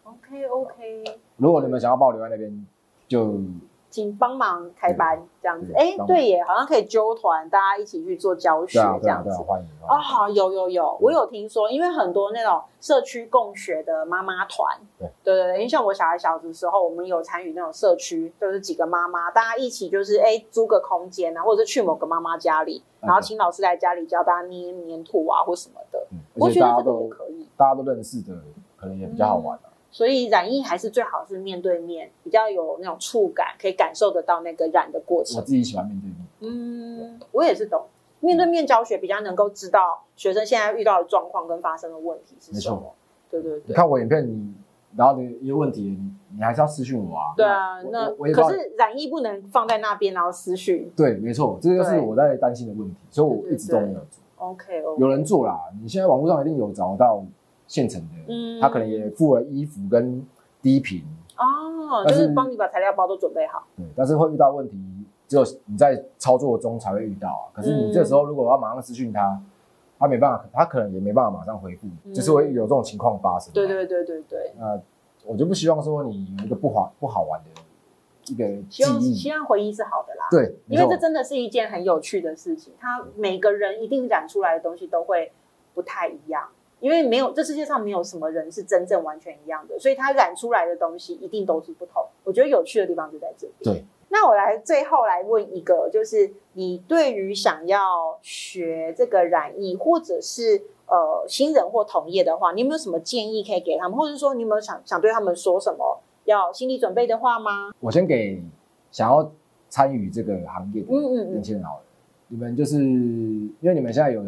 Speaker 1: OK OK，
Speaker 2: 如果你们想要报留在那边，就
Speaker 1: 请帮忙开班这样子。
Speaker 2: 对
Speaker 1: 哎
Speaker 2: 嗯帮，忙
Speaker 1: 对耶，好像可以揪团，大家一起去做教学
Speaker 2: 对啊，
Speaker 1: 这
Speaker 2: 对啊，
Speaker 1: 样
Speaker 2: 对啊，
Speaker 1: 子。
Speaker 2: 欢迎。
Speaker 1: 哦，好，有有有，我有听说，因为很多那种社区共学的妈妈团，
Speaker 2: 对
Speaker 1: 对对对，因为像我小孩小的时候，我们有参与那种社区，就是几个妈妈，大家一起就是哎租个空间啊，或者是去某个妈妈家里，
Speaker 2: 嗯
Speaker 1: 然后请老师来家里教大家捏黏土啊或什么的，
Speaker 2: 嗯，
Speaker 1: 我
Speaker 2: 而
Speaker 1: 觉
Speaker 2: 且
Speaker 1: 得
Speaker 2: 大家
Speaker 1: 这个也
Speaker 2: 都
Speaker 1: 可嗯以。
Speaker 2: 大家都认识的，可能也比较好玩啊。
Speaker 1: 所以染疫还是最好是面对面，比较有那种触感，可以感受得到那个染的过
Speaker 2: 我
Speaker 1: 程。
Speaker 2: 自己喜欢面对面，
Speaker 1: 嗯，我也是懂，面对面教学比较能够知道学生现在遇到的状况跟发生的问题是
Speaker 2: 没
Speaker 1: 什么。
Speaker 2: 错。
Speaker 1: 对对
Speaker 2: 你
Speaker 1: 对。
Speaker 2: 看我影片，你然后你一个问题，你你还是要私讯我啊。
Speaker 1: 对啊，
Speaker 2: 我
Speaker 1: 那
Speaker 2: 我我也不知道
Speaker 1: 可是染疫不能放在那边，然后私讯。
Speaker 2: 对，没错，这就是
Speaker 1: 对
Speaker 2: 我在担心的问题，所以我一直都没有做。
Speaker 1: OK OK。
Speaker 2: 有人做啦，你现在网络上一定有找到现成的，
Speaker 1: 嗯
Speaker 2: 他可能也附了衣服跟低频，
Speaker 1: 哦，就
Speaker 2: 但是
Speaker 1: 是帮你把材料包都准备好。
Speaker 2: 对，但是会遇到问题，只有你在操作中才会遇到
Speaker 1: 嗯
Speaker 2: 啊。可是你这时候如果要马上私讯他，他没办法，他可能也没办法马上回复，
Speaker 1: 嗯
Speaker 2: 就是会有这种情况发生。
Speaker 1: 对，对对对对，
Speaker 2: 那我就不希望说你有一个不好不好玩的一个记
Speaker 1: 希望
Speaker 2: 忆
Speaker 1: 希，望回忆是好的啦。
Speaker 2: 对，没
Speaker 1: 因为
Speaker 2: 错
Speaker 1: 这真的是一件很有趣的事情，它每个人一定染出来的东西都会不太一样，因为没有这世界上没有什么人是真正完全一样的，所以他染出来的东西一定都是不同。我觉得有趣的地方就在这里。
Speaker 2: 对，
Speaker 1: 那我来最后来问一个，就是你对于想要学这个染艺，或者是呃新人或同业的话，你有没有什么建议可以给他们，或者说你有没有想想对他们说什么要心理准备的话吗？
Speaker 2: 我先给想要参与这个行业的
Speaker 1: 嗯嗯
Speaker 2: 年
Speaker 1: 嗯，
Speaker 2: 轻人好了，你们就是因为你们现在有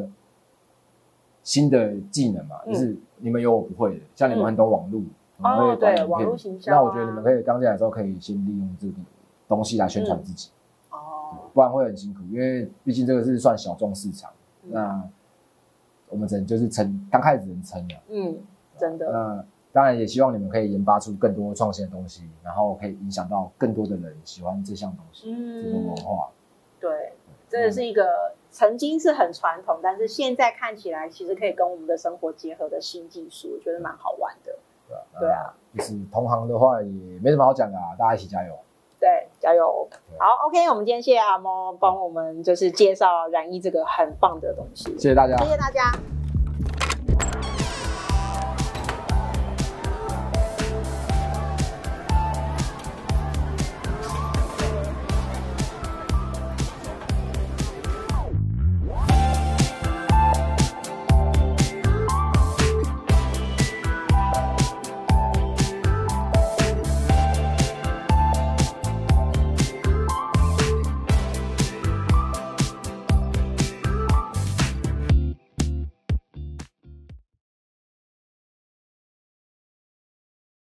Speaker 2: 新的技能嘛，
Speaker 1: 嗯
Speaker 2: 就是你们有我不会的，像你们很懂网络，然后
Speaker 1: 哦
Speaker 2: 会管
Speaker 1: 对
Speaker 2: 理，
Speaker 1: 网络
Speaker 2: 片
Speaker 1: 行销啊、嗯
Speaker 2: 那我觉得你们可以刚进来的时候可以先利用这个东西来宣传自己，
Speaker 1: 哦。
Speaker 2: 不然会很辛苦，因为毕竟这个是算小众市场，
Speaker 1: 嗯
Speaker 2: 那我们只能就是撑，刚开始只能啊撑了。
Speaker 1: 嗯，真的，
Speaker 2: 那当然也希望你们可以研发出更多创新的东西，然后可以影响到更多的人喜欢这哦嗯项东西，这个文
Speaker 1: 嗯，
Speaker 2: 化。
Speaker 1: 对，真的是一个曾经是很传统，但是现在看起来其实可以跟我们的生活结合的新技术，我觉得蛮好玩的。
Speaker 2: 嗯
Speaker 1: 对啊，
Speaker 2: 就是同行的话也没什么好讲的啊，大家一起加油。
Speaker 1: 对，加油！
Speaker 2: 对
Speaker 1: 好，OK，我们今天谢谢阿猫帮我们就是介绍染衣这个很棒的东西，
Speaker 2: 谢谢大家
Speaker 1: 谢。谢大家，